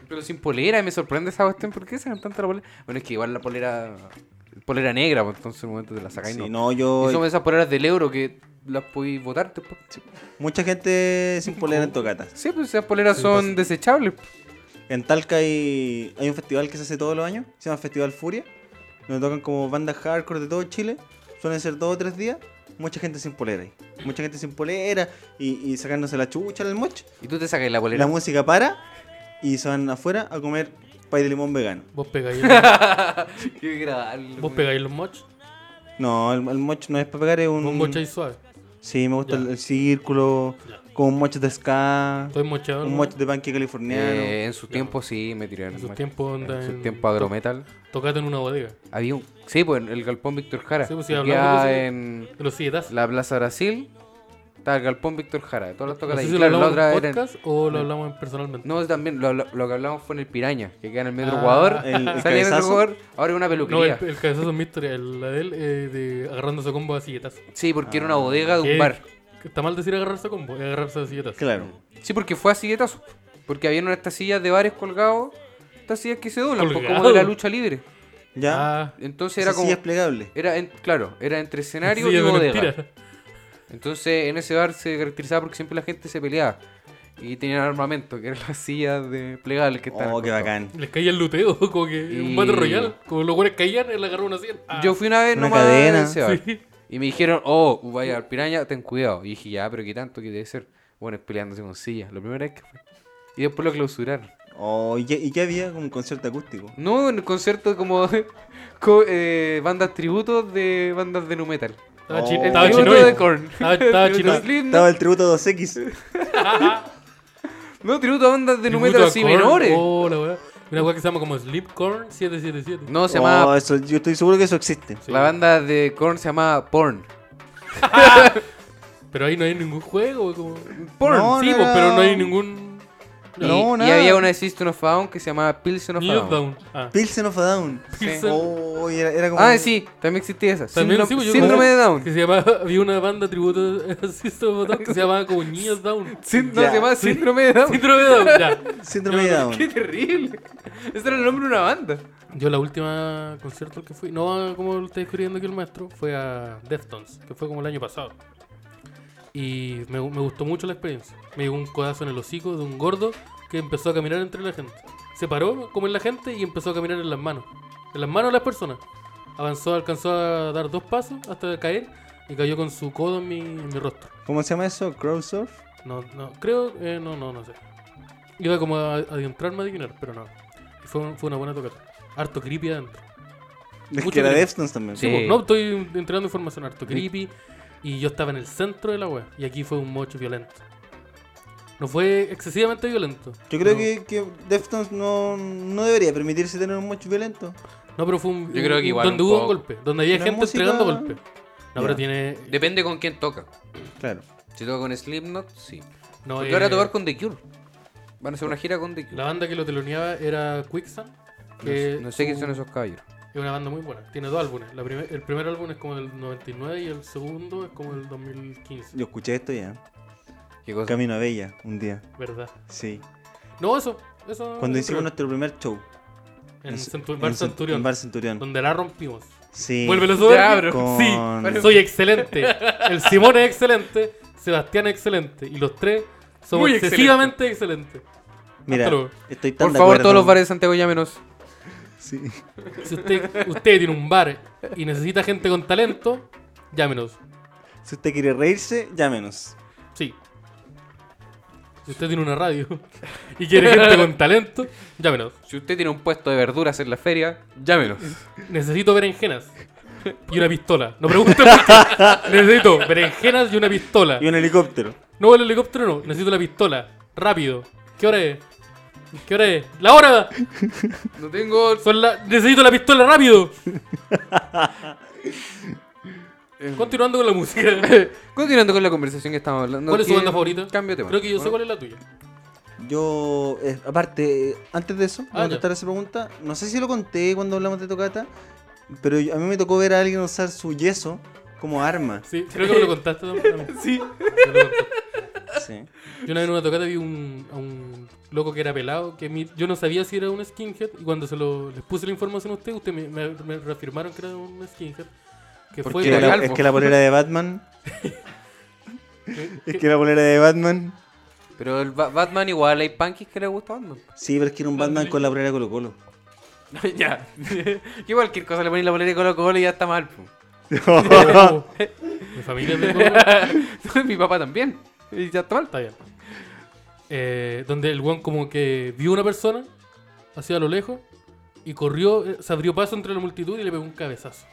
Speaker 4: pero sin polera, me sorprende esa cuestión. ¿Por qué sacan tanta la polera? Bueno, es que igual la polera, polera negra, pues entonces en un momento te la sacáis.
Speaker 2: Sí,
Speaker 4: no.
Speaker 2: no,
Speaker 4: Y son
Speaker 2: yo.
Speaker 4: esas poleras del euro que las podéis votar después.
Speaker 2: Mucha gente sin polera en tocatas.
Speaker 4: Sí, pues esas poleras
Speaker 3: Sí,
Speaker 4: son desechables.
Speaker 2: En Talca hay, hay un festival que se hace todos los años, se llama Festival Furia, donde tocan como bandas hardcore de todo Chile. Suelen ser dos o tres días, mucha gente sin polera ahí. Mucha gente sin polera y, y sacándose la chucha en el moch.
Speaker 4: Y tú te sacas la polera.
Speaker 2: La música para y se van afuera a comer pay de limón vegano.
Speaker 3: Vos pegáis el-
Speaker 4: Qué grave.
Speaker 3: vos pegáis los moch,
Speaker 2: No, el, el moch no es para pegar, es un...
Speaker 3: vos mocháis suave.
Speaker 2: Sí, me gusta
Speaker 3: Ya.
Speaker 2: el, el círculo,
Speaker 3: Ya.
Speaker 2: con un moch de ska,
Speaker 3: Estoy mochado.
Speaker 2: un
Speaker 3: ¿no?
Speaker 2: moch de panque californiano.
Speaker 4: Eh, en su tiempo sí me tiraron.
Speaker 3: En sus
Speaker 4: mal.
Speaker 3: tiempos onda
Speaker 4: En su
Speaker 3: en-
Speaker 4: tiempo agrometal.
Speaker 3: Tocate en una bodega.
Speaker 4: Había un. Sí, pues en el galpón Víctor Jara.
Speaker 3: Sí, pues, sí,
Speaker 4: que
Speaker 3: hablamos
Speaker 4: queda
Speaker 3: de eso.
Speaker 4: en
Speaker 3: Pero sí, estás.
Speaker 4: la Plaza Brasil. Está el galpón Víctor Jara. Todas las
Speaker 3: No
Speaker 4: tocas
Speaker 3: sé
Speaker 4: ahí.
Speaker 3: si lo
Speaker 4: Claro, la
Speaker 3: hablamos
Speaker 4: otra
Speaker 3: en
Speaker 4: era en-
Speaker 3: podcast o lo hablamos en- personalmente.
Speaker 4: No, también lo, lo- lo que hablamos fue en el Piraña, que queda en el Metro
Speaker 3: Ah.
Speaker 4: Ecuador.
Speaker 2: El- el
Speaker 4: Sale el Metro
Speaker 2: cabezazo.
Speaker 4: Ecuador, ahora es
Speaker 3: No,
Speaker 4: una
Speaker 3: el,
Speaker 4: peluquería.
Speaker 3: el cabezazo es mi historia, el- la de él eh, de agarrándose a combo a silletas.
Speaker 4: Sí, porque era una bodega de
Speaker 3: Eh,
Speaker 4: un bar.
Speaker 3: que Está mal decir agarrarse a combo, es agarrarse a silletas.
Speaker 2: Claro.
Speaker 4: Sí, porque fue a silletazo. Porque había estas sillas de bares colgados, estas sillas que se doblan, pues, como
Speaker 3: Colgado.
Speaker 4: de la lucha libre.
Speaker 2: Ya.
Speaker 3: Ah,
Speaker 4: Entonces
Speaker 2: Esa
Speaker 4: era como.
Speaker 2: silla es plegable.
Speaker 4: Era en- claro, era entre escenario
Speaker 3: sí,
Speaker 4: y
Speaker 3: es de
Speaker 4: bodega.
Speaker 3: mentira.
Speaker 4: Entonces en ese bar se caracterizaba porque siempre la gente se peleaba. Y tenían armamento, que eran las sillas de plegables que estaban.
Speaker 2: Oh, qué
Speaker 4: acostadas.
Speaker 2: bacán.
Speaker 3: Les caía el luteo, como que
Speaker 4: Y-
Speaker 3: un battle royal. Como los güeyes caían, él agarró una silla. Ah,
Speaker 4: Yo fui una vez
Speaker 2: Una
Speaker 4: nomás
Speaker 2: cadena.
Speaker 4: a ese bar.
Speaker 3: Sí.
Speaker 4: Y me dijeron, oh, vaya al piraña, ten cuidado. Y dije, ya, pero qué tanto que debe ser. Bueno, es peleándose con sillas, la primera vez que fue. Y después lo clausuraron.
Speaker 2: Oh, ¿y, qué, y qué había como un concierto acústico?
Speaker 4: No, en el concierto como co- eh, bandas tributos de bandas de nu metal.
Speaker 3: Estaba,
Speaker 2: Oh.
Speaker 3: chi-
Speaker 2: El
Speaker 3: estaba
Speaker 4: tributo
Speaker 3: Chinoy.
Speaker 4: de Korn.
Speaker 3: Estaba- estaba
Speaker 4: Tributo
Speaker 3: Chinoy.
Speaker 4: a Slipknot.
Speaker 2: Estaba el tributo 2X.
Speaker 4: No, tributo a bandas de nu
Speaker 3: Tributo
Speaker 4: metal
Speaker 3: a
Speaker 4: así
Speaker 3: Korn.
Speaker 4: menores.
Speaker 3: Oh, la weá. Una weá que se llama como Slipcorn 777.
Speaker 4: No, se
Speaker 2: Oh,
Speaker 4: llamaba.
Speaker 2: eso, yo estoy seguro que eso existe.
Speaker 3: Sí.
Speaker 4: La banda de Korn se llamaba Porn.
Speaker 3: Pero ahí no hay ningún juego. es Como...
Speaker 4: Porn.
Speaker 2: No,
Speaker 3: sí,
Speaker 2: no
Speaker 3: pues,
Speaker 2: era-
Speaker 3: pero no hay ningún.
Speaker 4: Y,
Speaker 2: No,
Speaker 4: y
Speaker 2: nada.
Speaker 4: había una de System of a Down que se llamaba Pilsen of a
Speaker 3: New
Speaker 4: Down.
Speaker 3: Down. Ah,
Speaker 2: Pilsen of a Down.
Speaker 3: Pilsen.
Speaker 2: Oh, y era, era como.
Speaker 4: Ah, sí, también existía esa.
Speaker 3: También
Speaker 4: Síndrome,
Speaker 3: sí, pues, yo-
Speaker 4: síndrome de Down.
Speaker 3: Que se llamaba, había una banda tributo a System of a Down que se llamaba como Niños Down.
Speaker 4: Sí, no,
Speaker 2: Ya.
Speaker 4: se llamaba Síndrome de Down.
Speaker 3: Síndrome de Down, ya.
Speaker 2: Síndrome de Down.
Speaker 4: Qué terrible. Ese era el nombre de una banda.
Speaker 3: Yo la última concierto al que fui, no a como lo está describiendo aquí el maestro, fue a Deftones, que fue como el año pasado. Y me, me gustó mucho la experiencia. Me llegó un codazo en el hocico de un gordo que empezó a caminar entre la gente. Se paró como en la gente y empezó a caminar en las manos. En las manos de las personas. Avanzó, alcanzó a dar dos pasos hasta caer y cayó con su codo en mi, en mi rostro.
Speaker 2: ¿Cómo se llama eso? Crowdsurf.
Speaker 3: No, no, creo, eh, no, no, no sé. Iba como a a adentrarme a adivinar, pero no. Y Fue, un- fue una buena tocata. Harto creepy adentro. Mucho
Speaker 2: que era
Speaker 3: cariño.
Speaker 2: Deftones también.
Speaker 4: Sí.
Speaker 3: Sí, pues, No, estoy entregando información harto creepy. Y yo estaba en el centro de la web. Y aquí fue un mocho violento. No fue excesivamente violento.
Speaker 2: Yo creo
Speaker 3: no,
Speaker 2: que, que Deftones no, no debería permitirse tener un mocho violento.
Speaker 3: No, pero fue un.
Speaker 4: Yo creo que igual
Speaker 3: Donde
Speaker 4: un
Speaker 3: hubo
Speaker 4: poco.
Speaker 3: golpe. Donde había
Speaker 2: Una
Speaker 3: gente
Speaker 2: música-
Speaker 3: entregando golpes.
Speaker 2: Ya.
Speaker 3: No, pero tiene.
Speaker 4: Depende con quién toca.
Speaker 2: Claro.
Speaker 4: Si toca con Slipknot, sí.
Speaker 3: No,
Speaker 4: Porque
Speaker 3: eh,
Speaker 4: ahora tocar con The Cure. Van a hacer una gira con The Cure.
Speaker 3: La banda que lo teloneaba era Quicksand. Que
Speaker 4: No, no sé
Speaker 3: su-
Speaker 4: quiénes son esos caballeros.
Speaker 3: Es una banda muy buena. Tiene dos álbumes. La primer- el primer álbum es como del 99 y el segundo es como del 2015.
Speaker 2: Yo escuché esto ya.
Speaker 4: ¿Qué cosa?
Speaker 2: Camino a Bella, un día.
Speaker 3: ¿Verdad?
Speaker 2: Sí.
Speaker 3: No, eso. eso
Speaker 2: Cuando
Speaker 3: yo
Speaker 2: hicimos
Speaker 3: creo.
Speaker 2: nuestro primer show.
Speaker 3: Oh, En,
Speaker 2: C-
Speaker 3: Centu- Bar
Speaker 2: en Cent-
Speaker 3: Centurión.
Speaker 2: En Bar Centurión.
Speaker 3: Donde la rompimos.
Speaker 2: Sí.
Speaker 3: Vuélvelo a subir.
Speaker 4: Ya, bro.
Speaker 2: Con-
Speaker 3: Sí, soy excelente. El Simón es excelente. Sebastián es excelente. Y los tres somos
Speaker 4: Muy
Speaker 3: excesivamente excelentes.
Speaker 2: Mira,
Speaker 3: Hasta luego.
Speaker 2: estoy tan
Speaker 4: Por
Speaker 2: de
Speaker 4: favor,
Speaker 2: acuerdo.
Speaker 4: todos los bares de Santiago llámenos.
Speaker 2: Sí.
Speaker 3: Si usted, usted tiene un bar y necesita gente con talento, llámenos.
Speaker 2: Si usted quiere reírse, llámenos.
Speaker 3: Sí. Si usted tiene una radio y quiere gente con talento, llámenos.
Speaker 4: Si usted tiene un puesto de verduras en la feria, llámenos.
Speaker 3: Necesito berenjenas y una pistola. No pregunte por qué. Necesito berenjenas y una pistola.
Speaker 2: Y un helicóptero.
Speaker 3: No, el helicóptero no. Necesito la pistola. Rápido. ¿Qué hora es? ¿Qué hora es? ¡La hora!
Speaker 4: No tengo.
Speaker 3: Son la- Necesito la pistola rápido. Continuando con la música.
Speaker 4: Continuando con la conversación que estamos hablando.
Speaker 3: ¿Cuál es su
Speaker 4: que-
Speaker 3: banda favorita?
Speaker 4: Cambio de tema.
Speaker 3: Creo que yo sé
Speaker 4: Bueno,
Speaker 3: cuál es la tuya.
Speaker 2: Yo, eh, aparte, eh, antes de eso, de
Speaker 3: Ah, ya.
Speaker 2: contestar esa pregunta, no sé si lo conté cuando hablamos de Tocata, pero yo- a mí me tocó ver a alguien usar su yeso como arma.
Speaker 3: Sí, creo que me lo contaste también. Sí. me lo contaste.
Speaker 2: Sí.
Speaker 3: Yo una vez en una tocata vi un, a un loco que era pelado, que mi- yo no sabía si era un skinhead, y cuando se lo, les puse la información a ustedes, ustedes me, me- me reafirmaron que era un skinhead. Que
Speaker 4: ¿Por
Speaker 3: fue
Speaker 4: qué
Speaker 2: Que la-
Speaker 4: legal,
Speaker 2: es
Speaker 4: po.
Speaker 2: que la polera de Batman. es que la polera de Batman.
Speaker 4: Pero el Ba- Batman igual hay punkies que le gusta a Batman.
Speaker 2: Sí, pero es que era un Batman con la polera de Colo Colo.
Speaker 4: ya. que cualquier cosa le ponen la bolera de Colo Colo y ya está mal. po.
Speaker 3: Mi familia es de Colombia.
Speaker 4: Mi papá también. Y ya está mal.
Speaker 3: Está bien. Eh, donde el weón como que vio una persona hacia lo lejos y corrió, eh, se abrió paso entre la multitud y le pegó un cabezazo.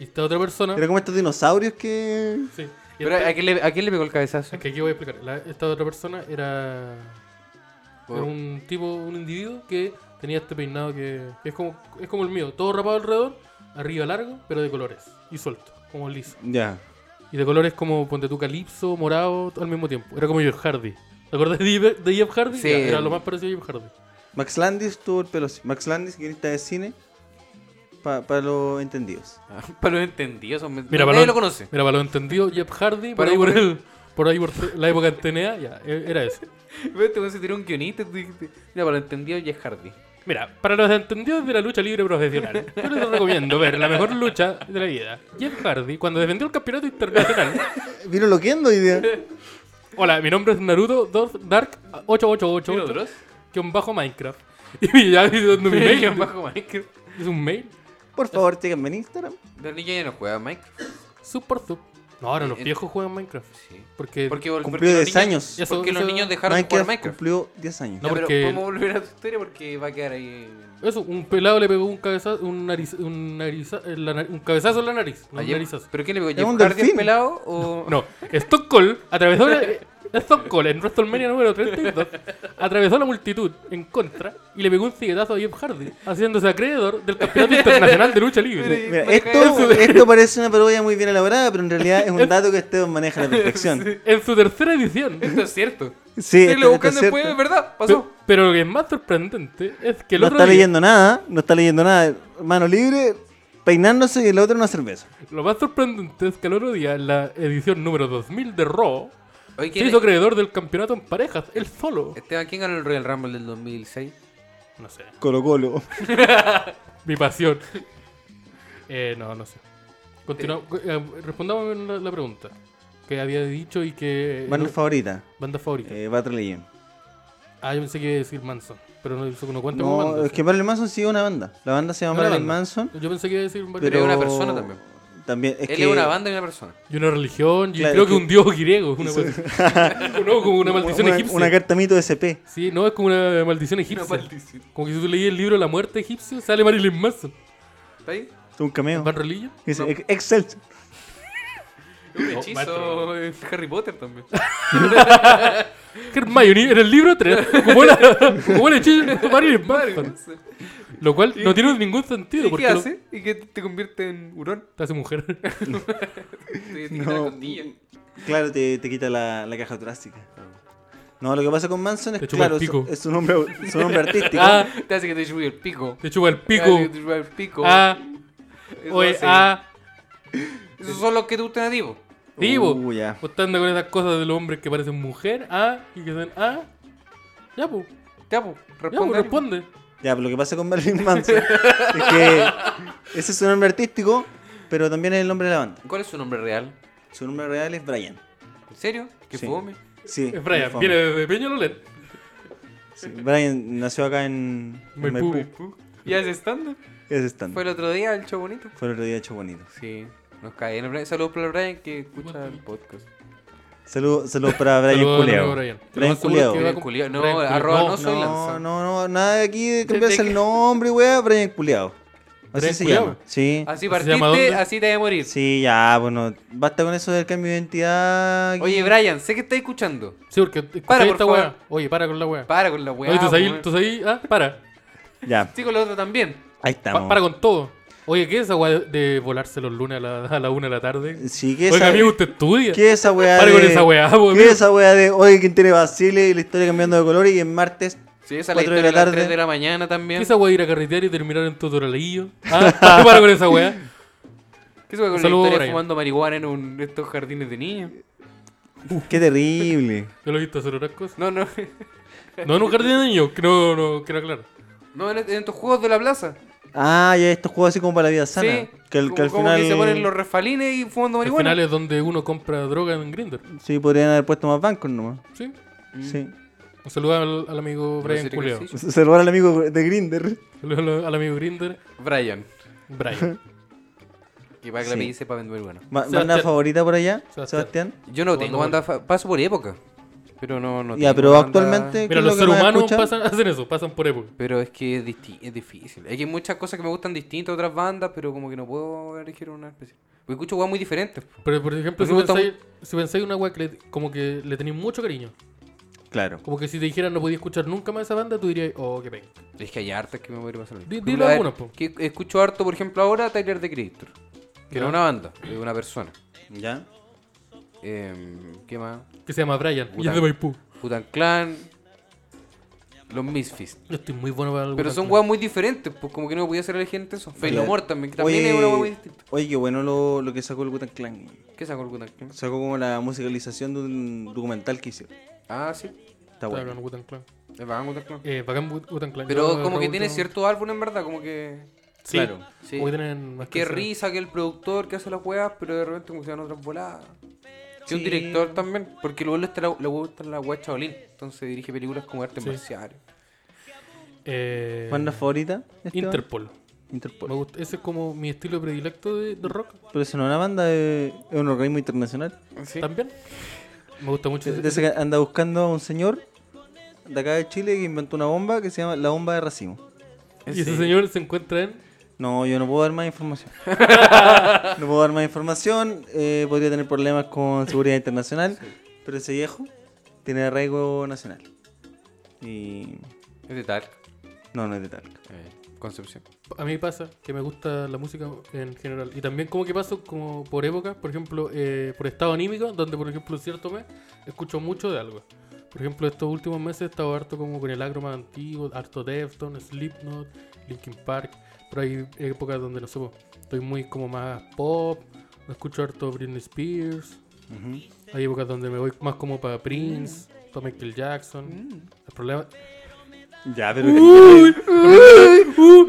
Speaker 3: Y esta otra persona...
Speaker 2: Era como estos dinosaurios que.
Speaker 3: Sí. Y
Speaker 4: Pero,
Speaker 3: esta-
Speaker 4: ¿a quién, le, ¿A quién le pegó el cabezazo?
Speaker 3: es que aquí voy a explicar. La- esta otra persona era, era un tipo, un individuo que tenía este peinado que, que es, como, es como el mío, todo rapado alrededor, arriba largo, pero de colores y suelto, como liso.
Speaker 2: Ya.
Speaker 3: Y de colores como ponte tú calipso, morado, al mismo tiempo. Era como Jeff Hardy. ¿Te acuerdas de Jeff, de Jeff Hardy?
Speaker 4: Sí.
Speaker 3: Ya, Era lo más parecido a Jeff Hardy.
Speaker 2: Max Landis tuvo el pelo así. Max Landis, guionista de cine. pa- Para los entendidos.
Speaker 4: Para los entendidos. son-
Speaker 3: Mira, para los-
Speaker 4: nadie lo conoce.
Speaker 3: Mira, para lo entendido, Jeff Hardy, por
Speaker 4: Para
Speaker 3: ahí por,
Speaker 4: por-
Speaker 3: el, por ahí por la época de TNA, ya, e- era eso.
Speaker 4: Pero Este weón se tiró un guionista. y tú dijiste, Mira, para los entendidos, Jeff Hardy.
Speaker 3: Mira, para los entendidos de la lucha libre profesional, yo les recomiendo ver la mejor lucha de la vida. Jeff Hardy, cuando defendió el campeonato internacional.
Speaker 2: Eh, Vino loqueando hoy día.
Speaker 3: Hola, mi nombre es Naruto Dor- Dark
Speaker 4: ¿Tiene
Speaker 3: 888
Speaker 4: otros?
Speaker 3: que un bajo Minecraft. Y ya hizo mi
Speaker 4: Mira,
Speaker 3: mail.
Speaker 4: bajo Minecraft.
Speaker 3: Es un mail.
Speaker 2: Por favor, síganme en Instagram.
Speaker 4: Los niños ya no juegan Minecraft.
Speaker 3: Sub por sub. No, ahora los
Speaker 4: Eh,
Speaker 3: viejos juegan Minecraft.
Speaker 4: Sí.
Speaker 3: Porque,
Speaker 4: Porque, vol-
Speaker 2: Cumplió
Speaker 4: porque los
Speaker 2: 10
Speaker 4: niños-
Speaker 2: años.
Speaker 3: Eso-
Speaker 4: porque los
Speaker 3: eso-
Speaker 4: niños dejaron de
Speaker 2: Minecraft
Speaker 4: jugar Minecraft.
Speaker 2: cumplió 10 años.
Speaker 3: No,
Speaker 4: Ya, pero
Speaker 3: porque-
Speaker 4: podemos volver a tu historia porque va a quedar ahí.
Speaker 3: eso, un pelado le pegó un cabezazo, un, nariz, un, nariza- en la nariz- un cabezazo en la nariz. No,
Speaker 4: ¿A
Speaker 3: un
Speaker 4: Jeff-
Speaker 3: narizazo.
Speaker 4: ¿Pero quién le
Speaker 2: Es
Speaker 4: pegó?
Speaker 2: un
Speaker 4: ¿Jeff Hardy
Speaker 2: delfín.
Speaker 4: el pelado o.?
Speaker 3: No, Stockholm atravesó la, Stockholm en WrestleMania número 32 atravesó la multitud en contra y le pegó un ciguetazo a Jeff Hardy, haciéndose acreedor del Campeonato Internacional de Lucha Libre.
Speaker 2: Mira,
Speaker 4: Porque
Speaker 2: esto,
Speaker 4: cagamos.
Speaker 2: esto parece una parodia muy bien elaborada, pero en realidad es un dato que Esteban maneja a la perfección.
Speaker 3: En su tercera edición.
Speaker 4: Esto es cierto.
Speaker 2: Sí,
Speaker 4: Ustedes
Speaker 2: esto-
Speaker 4: lo
Speaker 2: esto
Speaker 4: buscan
Speaker 2: es
Speaker 4: después,
Speaker 2: cierto.
Speaker 4: es verdad,
Speaker 3: Pe-
Speaker 4: pasó.
Speaker 3: Pero lo que es más sorprendente es que el
Speaker 2: No
Speaker 3: otro
Speaker 2: está
Speaker 3: día-
Speaker 2: leyendo nada, no está leyendo nada. Mano libre, peinándose y el otro una cerveza.
Speaker 3: lo más sorprendente es que el otro día en la edición número 2000 de Raw
Speaker 4: Oye,
Speaker 3: se
Speaker 4: ¿quién-
Speaker 3: hizo acreedor del campeonato en parejas, él solo.
Speaker 4: Esteban, ¿quién ganó el Royal Rumble del 2006?
Speaker 3: Eh, No sé,
Speaker 2: Colo Colo.
Speaker 3: mi pasión. Eh, no, no sé. Continuamos, eh, respondamos la, la pregunta que había dicho y que eh,
Speaker 2: Mano favorita,
Speaker 3: Banda favorita.
Speaker 2: eh, Battle Legend.
Speaker 3: Ah, yo pensé que iba a decir Manson, pero no, eso no cuenta como
Speaker 2: No,
Speaker 3: banda.
Speaker 2: es que Marilyn Manson sí es una banda. La banda se llama
Speaker 3: Una
Speaker 2: Marilyn
Speaker 3: banda.
Speaker 2: Manson.
Speaker 3: Yo pensé que iba a decir un
Speaker 2: Pero
Speaker 4: es una persona también.
Speaker 2: También, es
Speaker 4: Él
Speaker 2: que
Speaker 4: es una banda y una persona.
Speaker 3: Y una religión, y
Speaker 2: Claro,
Speaker 3: creo
Speaker 2: es
Speaker 3: que
Speaker 2: que-
Speaker 3: un dios griego. Una cosa- no, como una maldición
Speaker 2: una,
Speaker 3: egipcia.
Speaker 2: una carta mito de SP.
Speaker 3: Sí, no, es como una maldición egipcia. Como que si tú leí el libro La muerte egipcia, sale Marilyn Manson.
Speaker 4: ¿Está ahí?
Speaker 2: Un cameo.
Speaker 3: Van Relillo.
Speaker 2: Dice, "Ex- Excel.
Speaker 4: Es un
Speaker 3: No, maestro.
Speaker 4: hechizo es Harry Potter también.
Speaker 3: Hermione, en el libro 3, como era, como era hechizo de Marilyn Manson. Lo cual no tiene ningún sentido.
Speaker 4: ¿Y
Speaker 3: porque
Speaker 4: qué
Speaker 3: lo-
Speaker 4: hace? ¿Y qué te convierte en hurón?
Speaker 3: Te hace mujer.
Speaker 4: Te- te
Speaker 2: No.
Speaker 4: quita la costilla.
Speaker 2: Claro, te, te quita la, la caja torácica. No, lo que pasa con Manson es
Speaker 3: Te
Speaker 2: que,
Speaker 3: chupa el
Speaker 2: claro, es,
Speaker 3: pico.
Speaker 2: es su nombre, su nombre artístico.
Speaker 3: Ah,
Speaker 4: Te hace que te chupe el pico.
Speaker 3: te chupa el
Speaker 4: Te
Speaker 3: pico.
Speaker 4: hace que te chupe el pico.
Speaker 3: Ah,
Speaker 4: Eso
Speaker 3: oye,
Speaker 4: hace.
Speaker 3: ah.
Speaker 4: Esos son los que te gustan a ti, po.
Speaker 3: Vivo.
Speaker 2: Uh, ya.
Speaker 3: Contando con esas cosas de los hombres que parecen mujer, ah, y que son, ah. Ya, pues,
Speaker 4: Ya, po,
Speaker 3: ya, pues,
Speaker 4: Responde.
Speaker 3: responde.
Speaker 2: Ya, pero lo que pasa con Marilyn Manson es que ese es su nombre artístico, pero también es el nombre de la banda.
Speaker 4: ¿Cuál es su nombre real?
Speaker 2: Su nombre real es Brian.
Speaker 4: ¿En serio? ¿Qué
Speaker 2: Sí.
Speaker 4: fome?
Speaker 2: Sí.
Speaker 3: Es Brian,
Speaker 2: fome.
Speaker 3: viene desde Peñalolén.
Speaker 2: Sí, Brian nació acá en en
Speaker 3: Maipú.
Speaker 4: ¿Ya es estándar?
Speaker 2: Ese stand.
Speaker 4: Fue el otro día el show bonito.
Speaker 2: Fue el otro día hecho bonito.
Speaker 4: Sí, nos cae. en el Brian. Saludos para el Brian que escucha el podcast.
Speaker 2: Saludos saludos para Brian
Speaker 3: Saludos,
Speaker 2: Culeado.
Speaker 3: amigo Brian. Lo
Speaker 2: Brian
Speaker 3: más seguro es que
Speaker 2: Culeado.
Speaker 3: va a
Speaker 4: Brian
Speaker 3: comp-
Speaker 4: Culeado. No,
Speaker 3: Brian Culeado.
Speaker 4: arroba no soy-
Speaker 2: No, no,
Speaker 4: lanzado.
Speaker 2: no, nada de aquí de cambiarse
Speaker 4: de-
Speaker 2: el nombre, weá, Brian Culeado. Así
Speaker 3: Brian
Speaker 2: se
Speaker 3: Culeado.
Speaker 2: llama. Sí.
Speaker 3: ¿Se
Speaker 4: Así
Speaker 3: llama dónde?
Speaker 4: partiste, así te voy a morir.
Speaker 2: Sí, ya, bueno, basta con eso del cambio de identidad.
Speaker 4: Oye, Brian, sé que estás escuchando.
Speaker 3: Sí, porque
Speaker 4: Para,
Speaker 3: escucha
Speaker 4: por
Speaker 3: esta
Speaker 4: favor.
Speaker 3: weá. Oye, para con la weá.
Speaker 4: Para con la
Speaker 3: No,
Speaker 4: weá.
Speaker 3: y tú
Speaker 4: po,
Speaker 3: sabí,
Speaker 4: weón.
Speaker 3: tú sabí, ah, para.
Speaker 2: Ya,
Speaker 4: Sí, con los otros también.
Speaker 2: ahí
Speaker 3: Pa-
Speaker 2: estamos.
Speaker 3: para con todo. Oye, ¿qué es esa weá de- de volarse los lunes a la, a la una de la tarde?
Speaker 2: Sí, que
Speaker 3: Oiga,
Speaker 2: esa,
Speaker 3: amigo, usted estudia.
Speaker 2: que esa weá
Speaker 3: Pare con
Speaker 2: de-
Speaker 3: esa weá, po,
Speaker 2: Que
Speaker 3: amigo.
Speaker 2: esa weá de hoy quien tiene Basile y la historia cambiando de color y en martes.
Speaker 4: Sí, esa es la
Speaker 2: Cuatro de
Speaker 4: historia
Speaker 2: la
Speaker 4: de las
Speaker 2: tarde.
Speaker 4: 3 de la mañana
Speaker 3: ¿Qué
Speaker 4: también.
Speaker 3: es esa weá de ir a carretear y terminar en tutorialillo? Ah, para con esa weá.
Speaker 4: ¿Qué se fue con la
Speaker 3: Saludos,
Speaker 4: historia
Speaker 3: Brian.
Speaker 4: fumando marihuana en un, estos jardines de niños?
Speaker 2: Qué terrible.
Speaker 3: Yo lo he visto hacer otras cosas.
Speaker 4: No, no.
Speaker 3: No en un jardín de niños, que no, no, que no, claro.
Speaker 4: No, en, en estos juegos de la plaza.
Speaker 2: Ah, ya estos juegos así como para la vida sana.
Speaker 4: Sí.
Speaker 2: Que, al- que al
Speaker 4: como- como
Speaker 2: final.
Speaker 4: que se ponen los refalines y fumando
Speaker 3: Al
Speaker 4: marihuana.
Speaker 3: final es donde uno compra droga en Grindr.
Speaker 2: Sí, podrían haber puesto más bancos nomás.
Speaker 3: ¿Sí?
Speaker 2: Sí.
Speaker 3: Un saludo al, al amigo
Speaker 4: No
Speaker 3: Brian
Speaker 4: sé qué
Speaker 3: Culeo.
Speaker 4: decir.
Speaker 2: Salvar al amigo de Grinder.
Speaker 3: Saludo al, al amigo Grinder,
Speaker 4: Brian.
Speaker 3: Brian.
Speaker 4: Que para que
Speaker 2: Sí.
Speaker 4: la pedí sepa vender bueno.
Speaker 2: Ma-
Speaker 3: Sebastián.
Speaker 2: ¿Banda favorita por allá?
Speaker 3: Sebastián.
Speaker 2: Sebastián.
Speaker 4: Yo no
Speaker 3: Cuando
Speaker 4: tengo
Speaker 3: por-
Speaker 4: banda. fa- Paso por época. Pero no. no
Speaker 2: Ya,
Speaker 4: tengo
Speaker 2: pero
Speaker 4: banda-
Speaker 2: actualmente- ¿Qué
Speaker 3: Mira,
Speaker 2: es lo
Speaker 3: los
Speaker 2: que
Speaker 3: seres
Speaker 2: más
Speaker 3: humanos
Speaker 2: escuchan?
Speaker 3: pasan, hacen eso, pasan por época.
Speaker 4: Pero es que es, disti- es difícil. Es que hay muchas cosas que me gustan distintas a otras bandas, pero como que no puedo elegir una especial. Porque escucho weas muy diferentes. po.
Speaker 3: Pero, por ejemplo,
Speaker 4: A mí
Speaker 3: si
Speaker 4: me gusta
Speaker 3: pensáis, si pensáis una weá que le- como que le tenéis mucho cariño,
Speaker 2: Claro.
Speaker 3: como que si te dijeran no podía escuchar nunca más esa banda, tú dirías, oh, qué pena.
Speaker 4: Es que hay hartas que me voy a ir pasando.
Speaker 3: Di-
Speaker 4: Por
Speaker 3: dilo
Speaker 4: ejemplo, a ver,
Speaker 3: algunas, po.
Speaker 4: que escucho harto, por ejemplo, ahora Tyler The Creator. Que
Speaker 3: Ya.
Speaker 4: no es una banda, es una persona.
Speaker 2: ¿Ya?
Speaker 4: Eh, ¿Qué más?
Speaker 3: Que se llama Brian, y
Speaker 4: Puta.
Speaker 3: es de Maipú.
Speaker 4: Putan Clan. Los Misfits.
Speaker 3: Yo estoy muy bueno para el
Speaker 4: Pero son
Speaker 3: Butantan.
Speaker 4: weas muy diferentes, pues como que no podía ser elegente eso. Fail No
Speaker 2: Claro.
Speaker 4: More también, que también es una wea muy distinta.
Speaker 2: Oye, qué bueno lo, lo que sacó el Gutan Clan.
Speaker 4: ¿Qué sacó el Putan Clan?
Speaker 2: Sacó como la musicalización de un documental que hicieron.
Speaker 4: Ah, sí.
Speaker 2: Está
Speaker 3: Claro,
Speaker 2: bueno.
Speaker 3: no, Wu-Tang Clan.
Speaker 4: Es bacán Wu-Tang Clan.
Speaker 3: Eh, bacán Wu- Wu-Tang Clan.
Speaker 4: Pero
Speaker 3: Yo,
Speaker 4: como que
Speaker 3: Raúl,
Speaker 4: tiene
Speaker 3: yo-
Speaker 4: cierto álbum en verdad, como que.
Speaker 3: Sí.
Speaker 4: Claro, sí.
Speaker 3: Como que tienen más
Speaker 4: Qué
Speaker 3: canciones.
Speaker 4: risa que el productor que hace las weas, pero de repente como que se dan otras voladas. Que un
Speaker 2: Sí.
Speaker 4: director también, porque luego le gusta la, le gusta la wea chabolín, entonces dirige películas como artes
Speaker 3: Sí.
Speaker 4: marciales.
Speaker 3: Eh,
Speaker 2: ¿Banda favorita? Esteban?
Speaker 3: Interpol.
Speaker 2: Interpol.
Speaker 3: Me gusta- ese es como mi estilo predilecto de, de rock.
Speaker 2: Pero eso no es una banda, eh, es un organismo internacional.
Speaker 4: Sí.
Speaker 3: También. Me gusta mucho.
Speaker 2: De-
Speaker 3: ese-
Speaker 2: de ese que anda buscando a un señor de acá de Chile que inventó una bomba que se llama la bomba de racimo.
Speaker 3: y ese señor se encuentra en.
Speaker 2: No, yo no puedo dar más información. no puedo dar más información. eh, podría tener problemas con seguridad internacional. Pero ese viejo tiene arraigo nacional. Y.
Speaker 4: Es de tal.
Speaker 2: No, no es de Talca.
Speaker 4: Concepción.
Speaker 3: A mí pasa que me gusta la música en general. Y también como que paso como por épocas, por ejemplo, eh, por estado anímico, donde por ejemplo cierto mes escucho mucho de algo. Por ejemplo, estos últimos meses he estado harto como con el agro más antiguo, harto Defton, Slipknot, Linkin Park. Pero hay épocas donde no sé, po, estoy muy como más pop, no escucho harto Britney Spears. Hay épocas donde me voy más como para Prince, para Michael Jackson. El problema...
Speaker 2: Ya, pero.
Speaker 3: Uh.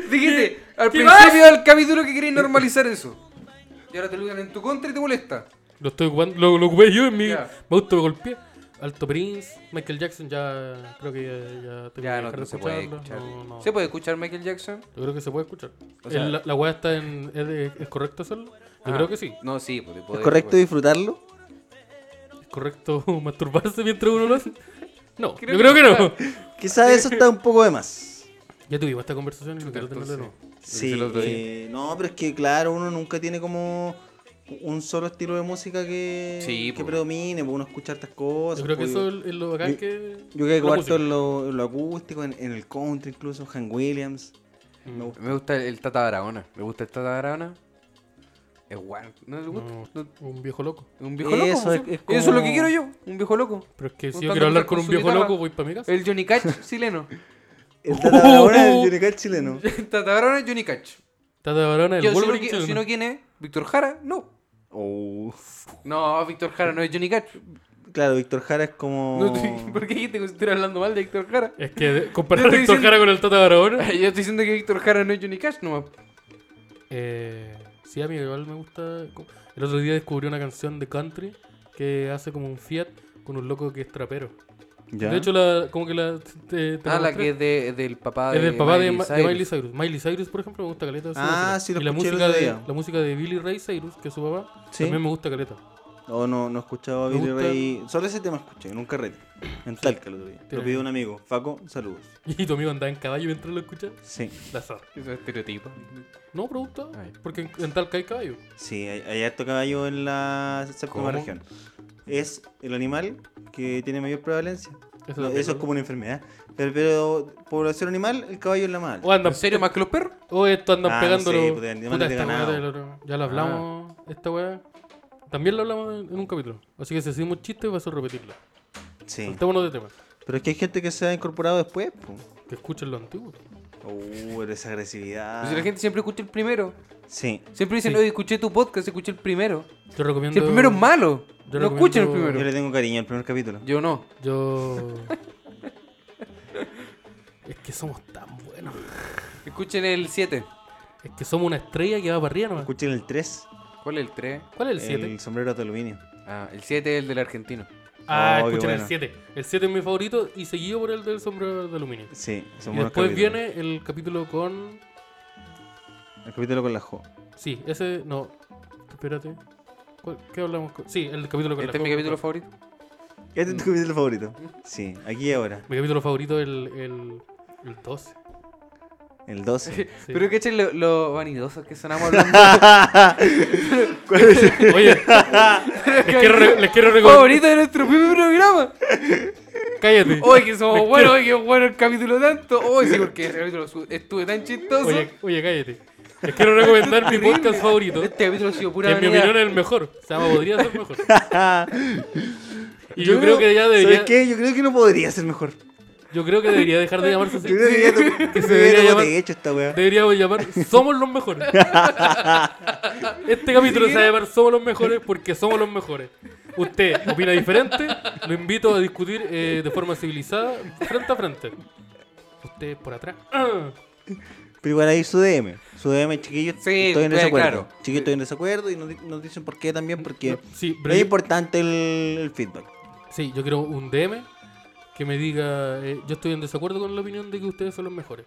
Speaker 4: Dijiste, al
Speaker 3: ¿Qué
Speaker 4: principio del capítulo que queréis normalizar eso. Y ahora te lo usan en tu contra y te molesta.
Speaker 3: Lo estoy ocupando, lo, lo ocupé yo en mi.
Speaker 4: Ya.
Speaker 3: Me auto golpeé. Alto Prince, Michael Jackson, ya creo que ya, ya tengo
Speaker 4: Ya
Speaker 3: que
Speaker 4: no
Speaker 3: dejar de
Speaker 4: se puede
Speaker 3: escucharlo.
Speaker 4: escuchar.
Speaker 3: No, no.
Speaker 4: ¿Se puede escuchar Michael Jackson?
Speaker 3: Yo creo que se puede escuchar.
Speaker 4: O sea-
Speaker 3: El- la, la weá está en. ¿Es, de- es correcto hacerlo? Yo
Speaker 4: Ah,
Speaker 3: creo que sí.
Speaker 4: No, sí, pues, puede-
Speaker 2: ¿Es correcto
Speaker 4: puede.
Speaker 2: disfrutarlo?
Speaker 3: ¿Es correcto masturbarse mientras uno lo hace? No,
Speaker 4: Creo
Speaker 3: yo creo
Speaker 4: que
Speaker 3: que no.
Speaker 2: Quizás eso está un poco de más.
Speaker 3: Ya tuvimos esta conversación y no quiero tenerla de
Speaker 4: Entonces,
Speaker 3: nuevo.
Speaker 2: Sí.
Speaker 4: el otro día.
Speaker 2: eh, no, pero es que, claro, uno nunca tiene como. Un solo estilo de música que,
Speaker 4: Sí,
Speaker 2: que
Speaker 4: po.
Speaker 2: predomine, po, uno escucha estas cosas.
Speaker 3: Yo creo que
Speaker 4: pues,
Speaker 2: po,
Speaker 3: eso es es lo bacán que.
Speaker 2: Yo que
Speaker 3: la
Speaker 2: cuarto
Speaker 3: música.
Speaker 2: en lo, en lo acústico, en, en el country incluso, Han Williams.
Speaker 3: Mm.
Speaker 2: Me gusta.
Speaker 4: Me gusta el, el Tata Barahona. ¿Le gusta el Tata Barahona? Es guay. ¿No le gusta?
Speaker 3: No,
Speaker 4: No-
Speaker 3: un viejo loco.
Speaker 4: Un viejo
Speaker 2: Eso
Speaker 4: loco.
Speaker 2: es-
Speaker 4: pues,
Speaker 2: es
Speaker 4: sí. Eso es lo que
Speaker 2: como-
Speaker 4: quiero yo. Un viejo loco.
Speaker 3: Pero es que si
Speaker 4: Contando
Speaker 3: yo quiero hablar
Speaker 4: con
Speaker 3: con un
Speaker 4: su
Speaker 3: viejo
Speaker 4: guitarra.
Speaker 3: loco, voy para mi casa.
Speaker 4: El Johnny Cash chileno.
Speaker 2: El Tata Barahona
Speaker 3: Oh.
Speaker 2: es el Yurical chileno.
Speaker 4: El Tata Barahona es Johnny Cash.
Speaker 3: Tata Barona, el
Speaker 4: Yo, si, no,
Speaker 3: Wolverine.
Speaker 4: qui- si
Speaker 3: chileno.
Speaker 4: no, ¿quién es? ¿Víctor Jara? No.
Speaker 2: Oh.
Speaker 4: No, Víctor Jara no es Johnny Cash.
Speaker 2: Claro, Víctor Jara es como...
Speaker 3: Oh.
Speaker 4: No te- ¿Por qué dijiste que estoy hablando mal de Víctor Jara?
Speaker 3: Es que de-
Speaker 4: Yo
Speaker 3: comparar
Speaker 4: estoy
Speaker 3: Héctor Jara con el Tata Barahona.
Speaker 4: Yo estoy diciendo que Víctor Jara no es Johnny Cash nomás.
Speaker 3: Eh, sí, a mí igual me gusta. co- El otro día descubrí una canción de country que hace como un Fiat con un loco que es trapero.
Speaker 2: ¿Ya?
Speaker 3: De hecho, la, como que la. te- te
Speaker 4: Ah, la
Speaker 3: mostré.
Speaker 4: que es de- del papá de
Speaker 3: Es del papá de, Ma- de
Speaker 4: Cyrus.
Speaker 3: Miley Cyrus. Miley Cyrus, por ejemplo, me gusta caleta. su
Speaker 2: Ah,
Speaker 3: música.
Speaker 2: sí, lo
Speaker 3: Y la
Speaker 2: escuché el
Speaker 3: música,
Speaker 2: otro
Speaker 3: de,
Speaker 2: día.
Speaker 3: la música de Billy Ray Cyrus, que es su papá,
Speaker 2: Sí.
Speaker 3: también me gusta caleta.
Speaker 2: Oh, no, no escuchaba a
Speaker 3: Me
Speaker 2: Billy
Speaker 3: gusta-
Speaker 2: Ray. Solo ese tema escuché, en un carrete. En Talca lo tuve.
Speaker 3: Tiene-
Speaker 2: Lo pidió un amigo. Faco, saludos.
Speaker 3: Y tu amigo andaba en caballo mientras lo escuchas.
Speaker 2: Sí,
Speaker 3: La zorra.
Speaker 4: Eso es estereotipo.
Speaker 3: No, pero gusta,
Speaker 4: Ay.
Speaker 3: Porque en, en Talca hay caballo.
Speaker 2: sí, hay, hay harto caballo en la séptima
Speaker 4: ¿Cómo?
Speaker 2: región. Es el animal que tiene mayor prevalencia.
Speaker 3: Eso
Speaker 2: No,
Speaker 3: también,
Speaker 2: eso es
Speaker 3: ¿no?
Speaker 2: como una enfermedad. Pero, pero población animal, el caballo es la mala.
Speaker 3: O andan,
Speaker 4: ¿En serio más que los perros?
Speaker 3: O esto andan
Speaker 2: Ah, no
Speaker 3: pegándolo.
Speaker 2: sé, puta, animales de
Speaker 3: esta
Speaker 2: ganado. Ah.
Speaker 3: weá del otro. Ya lo hablamos, esta weá. También lo hablamos en en un capítulo. Así que si hacemos chistes, vas a repetirlo.
Speaker 2: Sí.
Speaker 3: Saltémonos de tema.
Speaker 2: Pero es que hay gente que se ha incorporado después. po.
Speaker 3: Que escuchen lo antiguo.
Speaker 2: Uh, pero esa agresividad.
Speaker 4: Pues
Speaker 3: Ah.
Speaker 4: si la gente siempre escucha el primero.
Speaker 2: Sí.
Speaker 4: Siempre dicen,
Speaker 3: Sí.
Speaker 4: oye, escuché tu podcast, escuché el primero.
Speaker 3: Yo recomiendo.
Speaker 4: Si el primero es malo,
Speaker 3: Yo
Speaker 4: no escuchen el
Speaker 3: recomiendo-
Speaker 2: Yo
Speaker 4: primero.
Speaker 2: le tengo cariño al primer capítulo.
Speaker 4: Yo no.
Speaker 3: Yo. es que somos tan buenos.
Speaker 4: Escuchen el 7.
Speaker 3: Es que somos una estrella que va para arriba nomás.
Speaker 2: Escuchen el 3,
Speaker 4: ¿Cuál es el 3?
Speaker 3: ¿Cuál es el 7?
Speaker 2: el sombrero de aluminio.
Speaker 4: Ah, el 7 es el del argentino.
Speaker 3: Ah,
Speaker 2: Oh, qué
Speaker 3: escuchen el
Speaker 2: bueno.
Speaker 3: 7. El 7 es mi favorito y seguido por el del sombrero de aluminio.
Speaker 2: Sí, son
Speaker 3: Y
Speaker 2: buenos
Speaker 3: después
Speaker 2: capítulos.
Speaker 3: viene el capítulo con.
Speaker 2: El capítulo con la Jo.
Speaker 3: Sí, ese no. Espérate. ¿Cuál- ¿Qué hablamos? con- Sí, el capítulo con
Speaker 4: Este es
Speaker 3: la
Speaker 4: mi
Speaker 3: Coca.
Speaker 4: capítulo favorito.
Speaker 2: Este
Speaker 3: Mm.
Speaker 2: es tu capítulo favorito. Sí, aquí y ahora.
Speaker 3: Mi capítulo favorito es el, el, el 12.
Speaker 2: El 12.
Speaker 3: sí.
Speaker 4: Pero que lo, lo vanidosos que sonamos hablando.
Speaker 2: ¿Cuál es?
Speaker 3: Oye, les quiero, re- les quiero recomendar.
Speaker 4: favorito de nuestro primer programa.
Speaker 3: Cállate.
Speaker 4: Oye, que somos
Speaker 3: Les
Speaker 4: buenos, oye, que bueno el capítulo tanto. Oye, sí, porque ese capítulo su- estuvo tan chistoso.
Speaker 3: Oye, oye, cállate. Les quiero recomendar mi podcast favorito.
Speaker 4: este capítulo ha sido
Speaker 3: Que
Speaker 4: pura
Speaker 3: en mi
Speaker 4: vanidad.
Speaker 3: opinión es el mejor. O sea, podría ser mejor. Y
Speaker 2: Yo
Speaker 3: yo, creo,
Speaker 2: creo-
Speaker 3: que ya
Speaker 2: ¿Sabes
Speaker 3: debería.
Speaker 2: qué? Yo creo que no podría ser mejor.
Speaker 3: Yo creo que debería dejar de llamarse así.
Speaker 2: Yo creo que ya
Speaker 3: Que se debería
Speaker 2: como
Speaker 3: llamar-
Speaker 2: de hecho esta weá.
Speaker 3: Deberíamos llamar Somos los mejores. Este capítulo se va a llamar Somos los mejores porque somos los mejores. Usted opina diferente, lo invito a discutir eh, de forma civilizada, frente a frente. Usted por atrás. Ah.
Speaker 2: Pero igual ahí su DM. Su DM, chiquillos,
Speaker 4: Sí,
Speaker 2: estoy en
Speaker 3: eh,
Speaker 4: pues,
Speaker 2: desacuerdo.
Speaker 4: claro.
Speaker 2: Chiquillos, estoy en desacuerdo y nos, di- nos dicen por qué también, porque
Speaker 3: Sí, pero
Speaker 2: es
Speaker 3: yo-
Speaker 2: importante el, el feedback.
Speaker 3: Sí, yo quiero un DM que me diga, eh, yo estoy en desacuerdo con la opinión de que ustedes son los mejores.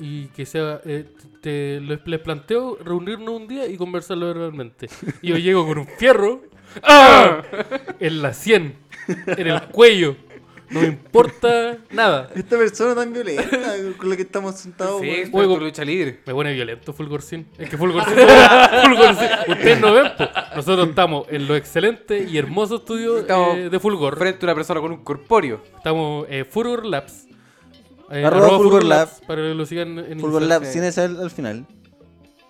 Speaker 3: Y que sea, eh, te- les, les planteo reunirnos un día y conversarlo verbalmente. Y yo llego con un fierro ¡ah! en la sien, en el cuello. No me importa nada.
Speaker 2: Esta persona tan violenta con la que estamos sentados.
Speaker 4: Sí,
Speaker 2: weón.
Speaker 4: experto en lucha libre.
Speaker 3: Me pone violento Fulgorcín. Es que Fulgorcín. Fulgorcín. Ustedes no ven, po. Nosotros estamos en lo excelente y hermoso estudio
Speaker 4: Estamos
Speaker 3: eh, de Fulgor.
Speaker 4: Frente a una persona con un corpóreo.
Speaker 3: Estamos eh, Furgor Labs. Eh,
Speaker 2: Arroba Furgor Lab.
Speaker 3: Para que lo sigan en
Speaker 2: Furgor
Speaker 3: Instagram.
Speaker 2: Labs, tienes al, al final.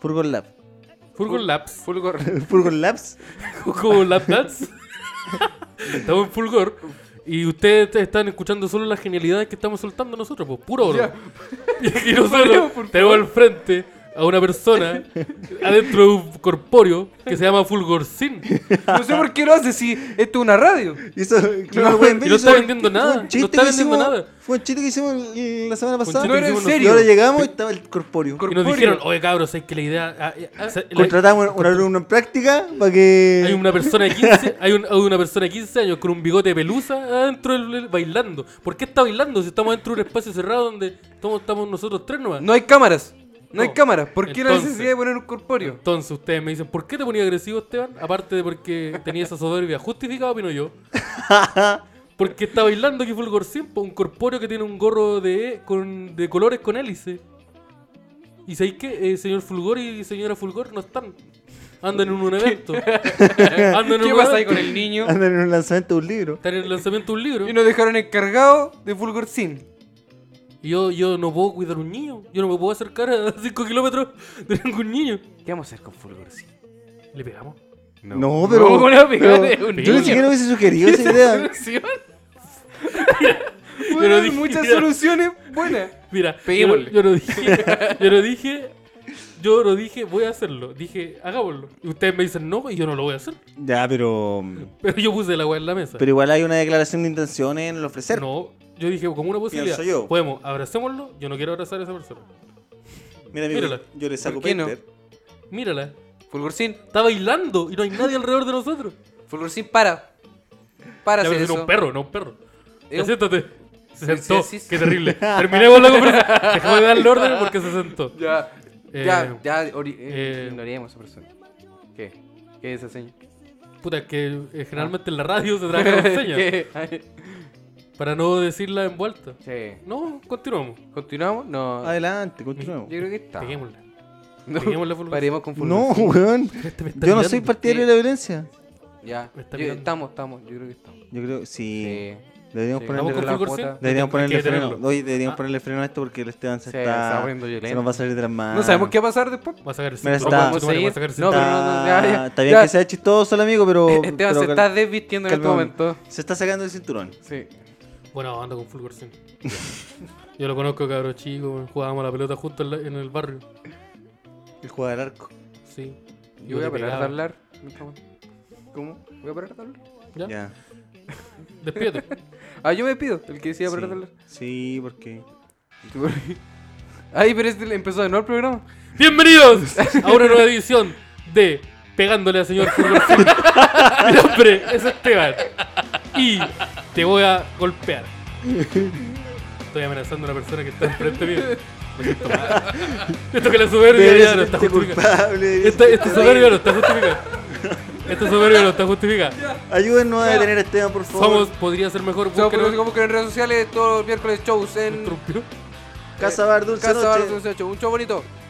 Speaker 2: Furgor Lab.
Speaker 3: Furgor Labs.
Speaker 4: Fulgor.
Speaker 2: Furgor Labs.
Speaker 3: Como Lab Labs. estamos en Fulgor. Y ustedes te- están escuchando solo las genialidades que estamos soltando nosotros, pues puro oro.
Speaker 4: Ya.
Speaker 3: y nosotros
Speaker 4: Por favor.
Speaker 3: tenemos al frente a una persona adentro de un corpóreo que se llama Fulgorcín.
Speaker 4: No sé por qué lo hace si esto es una radio.
Speaker 2: Y eso,
Speaker 3: No,
Speaker 2: lo pueden ver,
Speaker 3: y no
Speaker 2: eso
Speaker 3: está
Speaker 2: fue-
Speaker 3: vendiendo
Speaker 2: fue
Speaker 3: nada,
Speaker 2: un
Speaker 3: no
Speaker 2: chiste
Speaker 3: está
Speaker 2: que
Speaker 3: vendiendo
Speaker 2: hicimos-
Speaker 3: nada.
Speaker 2: Fue un chiste que hicimos el- la semana pasada.
Speaker 4: No
Speaker 3: chiste
Speaker 4: era en
Speaker 3: hicimos
Speaker 2: Y
Speaker 4: serio.
Speaker 2: ahora llegamos y estaba el corpóreo.
Speaker 4: Cor-
Speaker 3: Y nos
Speaker 4: Corpóreo.
Speaker 3: dijeron, oye cabros, es que la idea... ah, eh, ah, se- la-
Speaker 2: Contratamos un alumno en práctica para que.
Speaker 3: Hay una persona de 15, hay un- hay una persona de 15 años con un bigote de pelusa adentro del, del- bailando. ¿Por qué está bailando si estamos dentro de un espacio cerrado donde estamos, estamos nosotros tres nomás?
Speaker 4: No hay cámaras. No, hay
Speaker 3: No.
Speaker 4: cámaras. ¿Por qué la
Speaker 3: Entonces.
Speaker 4: necesidad de poner un corpóreo?
Speaker 3: Entonces ustedes me dicen, ¿por qué te ponía agresivo Esteban? Aparte de porque tenía esa soberbia justificada, opino yo. Porque está bailando aquí Fulgor Simpo, un corpóreo que tiene un gorro de, con, de colores con hélice. ¿Y sabéis qué? Eh, señor Fulgor y señora Fulgor no están. Andan en un evento. Andan en
Speaker 4: ¿Qué
Speaker 3: un
Speaker 4: pasa ahí
Speaker 3: evento.
Speaker 4: con el niño?
Speaker 2: Andan en un lanzamiento de un libro.
Speaker 3: Están en el lanzamiento de un libro.
Speaker 4: Y nos dejaron encargados de Fulgor Sin.
Speaker 3: Y Yo, yo no puedo cuidar un niño. Yo no me puedo acercar a 5 kilómetros de ningún niño.
Speaker 4: ¿Qué vamos a hacer con Fulgor Sin?
Speaker 3: Le pegamos.
Speaker 2: No, pero.
Speaker 4: ¿Cómo le va a pegar
Speaker 2: pero
Speaker 4: a un
Speaker 2: yo ni
Speaker 4: niño?
Speaker 2: siquiera hubiese sugerido esa idea.
Speaker 4: Bueno, hay
Speaker 3: dije-
Speaker 4: muchas soluciones buenas.
Speaker 3: Mira, yo no,
Speaker 4: Peguémosle.
Speaker 3: yo no dije. Yo no dije. Yo no dije, voy a hacerlo. Dije, hagámoslo. Y ustedes me dicen no, y yo no lo voy a hacer.
Speaker 2: Ya, pero.
Speaker 3: Pero yo puse la weá en la mesa.
Speaker 2: Pero igual hay una declaración de intenciones en el ofrecer.
Speaker 3: No, yo dije, como una posibilidad.
Speaker 2: Pienso yo.
Speaker 3: Podemos, abracémoslo. Yo no quiero abrazar a esa persona.
Speaker 2: Mira, amigo,
Speaker 3: Mírala.
Speaker 2: yo le saco
Speaker 4: ¿Por qué no?
Speaker 2: Painter.
Speaker 3: Mírala.
Speaker 4: Fulgor Sin.
Speaker 3: Está bailando y no hay nadie alrededor de nosotros.
Speaker 4: Fulgor Sin, para. Para
Speaker 3: Ya,
Speaker 4: hacer
Speaker 3: pero era
Speaker 4: eso.
Speaker 3: un perro, no un perro.
Speaker 4: Es
Speaker 3: Ya
Speaker 4: un-
Speaker 3: siéntate. Se
Speaker 4: Sí,
Speaker 3: sentó.
Speaker 4: sí, sí, sí.
Speaker 3: Qué terrible. Terminemos la conversación. Dejamos de darle orden porque se sentó.
Speaker 4: Ya,
Speaker 3: Eh,
Speaker 4: ya, ya, ori- eh,
Speaker 3: eh,
Speaker 4: ignoremos a esa persona. ¿Qué? ¿Qué es esa seña?
Speaker 3: Puta, es que eh, generalmente en la radio se trabaja con señas.
Speaker 4: Ah. ¿Qué? Ay,
Speaker 3: para no decirla en vuelta.
Speaker 4: sí.
Speaker 3: No, continuamos.
Speaker 4: ¿Continuamos? No.
Speaker 2: Adelante,
Speaker 4: Yo
Speaker 2: continuemos.
Speaker 4: creo que está.
Speaker 3: Peguémosla.
Speaker 4: No,
Speaker 3: peguémosle a Fulgor
Speaker 4: Paremos con Fulgor
Speaker 2: No,
Speaker 4: Sin.
Speaker 2: weón.
Speaker 3: Este me está
Speaker 2: Yo no
Speaker 3: mirando.
Speaker 2: soy partidario de la violencia.
Speaker 4: Ya.
Speaker 3: Me está
Speaker 4: Yo-
Speaker 3: mirando.
Speaker 4: estamos, estamos. Yo creo que estamos. Eh,
Speaker 2: Yo creo. Sí.
Speaker 4: Sí.
Speaker 2: Deberíamos
Speaker 4: Sí.
Speaker 3: ¿Vamos
Speaker 2: ponerle.
Speaker 3: con
Speaker 4: la
Speaker 3: Fulgor
Speaker 4: cuota.
Speaker 3: Sin?
Speaker 2: Deberíamos
Speaker 3: Hay que
Speaker 2: ponerle freno.
Speaker 3: detenerlo.
Speaker 2: Oye, deberíamos
Speaker 3: Ah.
Speaker 2: ponerle freno a esto porque el Esteban se
Speaker 4: Sí,
Speaker 2: está.
Speaker 4: está poniendo
Speaker 2: se
Speaker 4: violento.
Speaker 2: nos va a salir de las manos.
Speaker 4: No sabemos qué va a pasar después.
Speaker 3: Va a sacar el
Speaker 2: Mira,
Speaker 3: cinturón,
Speaker 2: está-
Speaker 3: conchetumare, va a sacar el
Speaker 4: No,
Speaker 3: cinturón.
Speaker 4: pero no, ya, ya,
Speaker 2: Está bien
Speaker 4: ya.
Speaker 2: que sea chistoso el amigo, pero.
Speaker 4: Esteban
Speaker 2: pero
Speaker 4: se
Speaker 2: cal-
Speaker 4: está desvistiendo en este
Speaker 2: calmón.
Speaker 4: momento.
Speaker 2: Se está sacando el cinturón.
Speaker 4: Sí.
Speaker 3: Bueno, ando con Fulgor Sin. Yo lo conozco, cabro chico. weón. Jugábamos a la pelota juntos en, la- en el barrio.
Speaker 2: El juego del arco.
Speaker 3: Sí.
Speaker 4: Yo voy
Speaker 3: te
Speaker 4: a parar de
Speaker 3: pegaba.
Speaker 4: hablar. en este momento.
Speaker 2: ¿Cómo?
Speaker 4: Voy a parar de hablar.
Speaker 3: Ya.
Speaker 2: Ya.
Speaker 3: Despídete.
Speaker 4: Ah, yo me pido. El que decía parar de
Speaker 2: Sí.
Speaker 4: hablar.
Speaker 2: Sí, porque.
Speaker 4: Ay, pero este empezó de nuevo el programa.
Speaker 3: Bienvenidos a una nueva edición de Pegándole al señor Fulgor Sin. Mi nombre es Esteban. Y te voy a golpear. Estoy amenazando a una persona que está enfrente mío. Me siento mal. Esto que la soberbia
Speaker 2: Debería
Speaker 3: ya no
Speaker 2: ser
Speaker 3: está
Speaker 2: este
Speaker 3: justificada.
Speaker 2: culpable, debería
Speaker 3: Esta,
Speaker 2: ser
Speaker 3: esta
Speaker 2: este
Speaker 3: soberbia no está justificada. Este superhéroe no está justificado.
Speaker 2: Ayúdennos a detener este tema, por favor.
Speaker 3: Somos, podría ser mejor.
Speaker 4: Somos
Speaker 3: búsquenos.
Speaker 4: como que en redes sociales todos los miércoles shows en
Speaker 3: Trumpio.
Speaker 2: Casa Bar Dulce
Speaker 4: Casa
Speaker 2: Noche.
Speaker 4: Barros Dulce Noche. Un show bonito.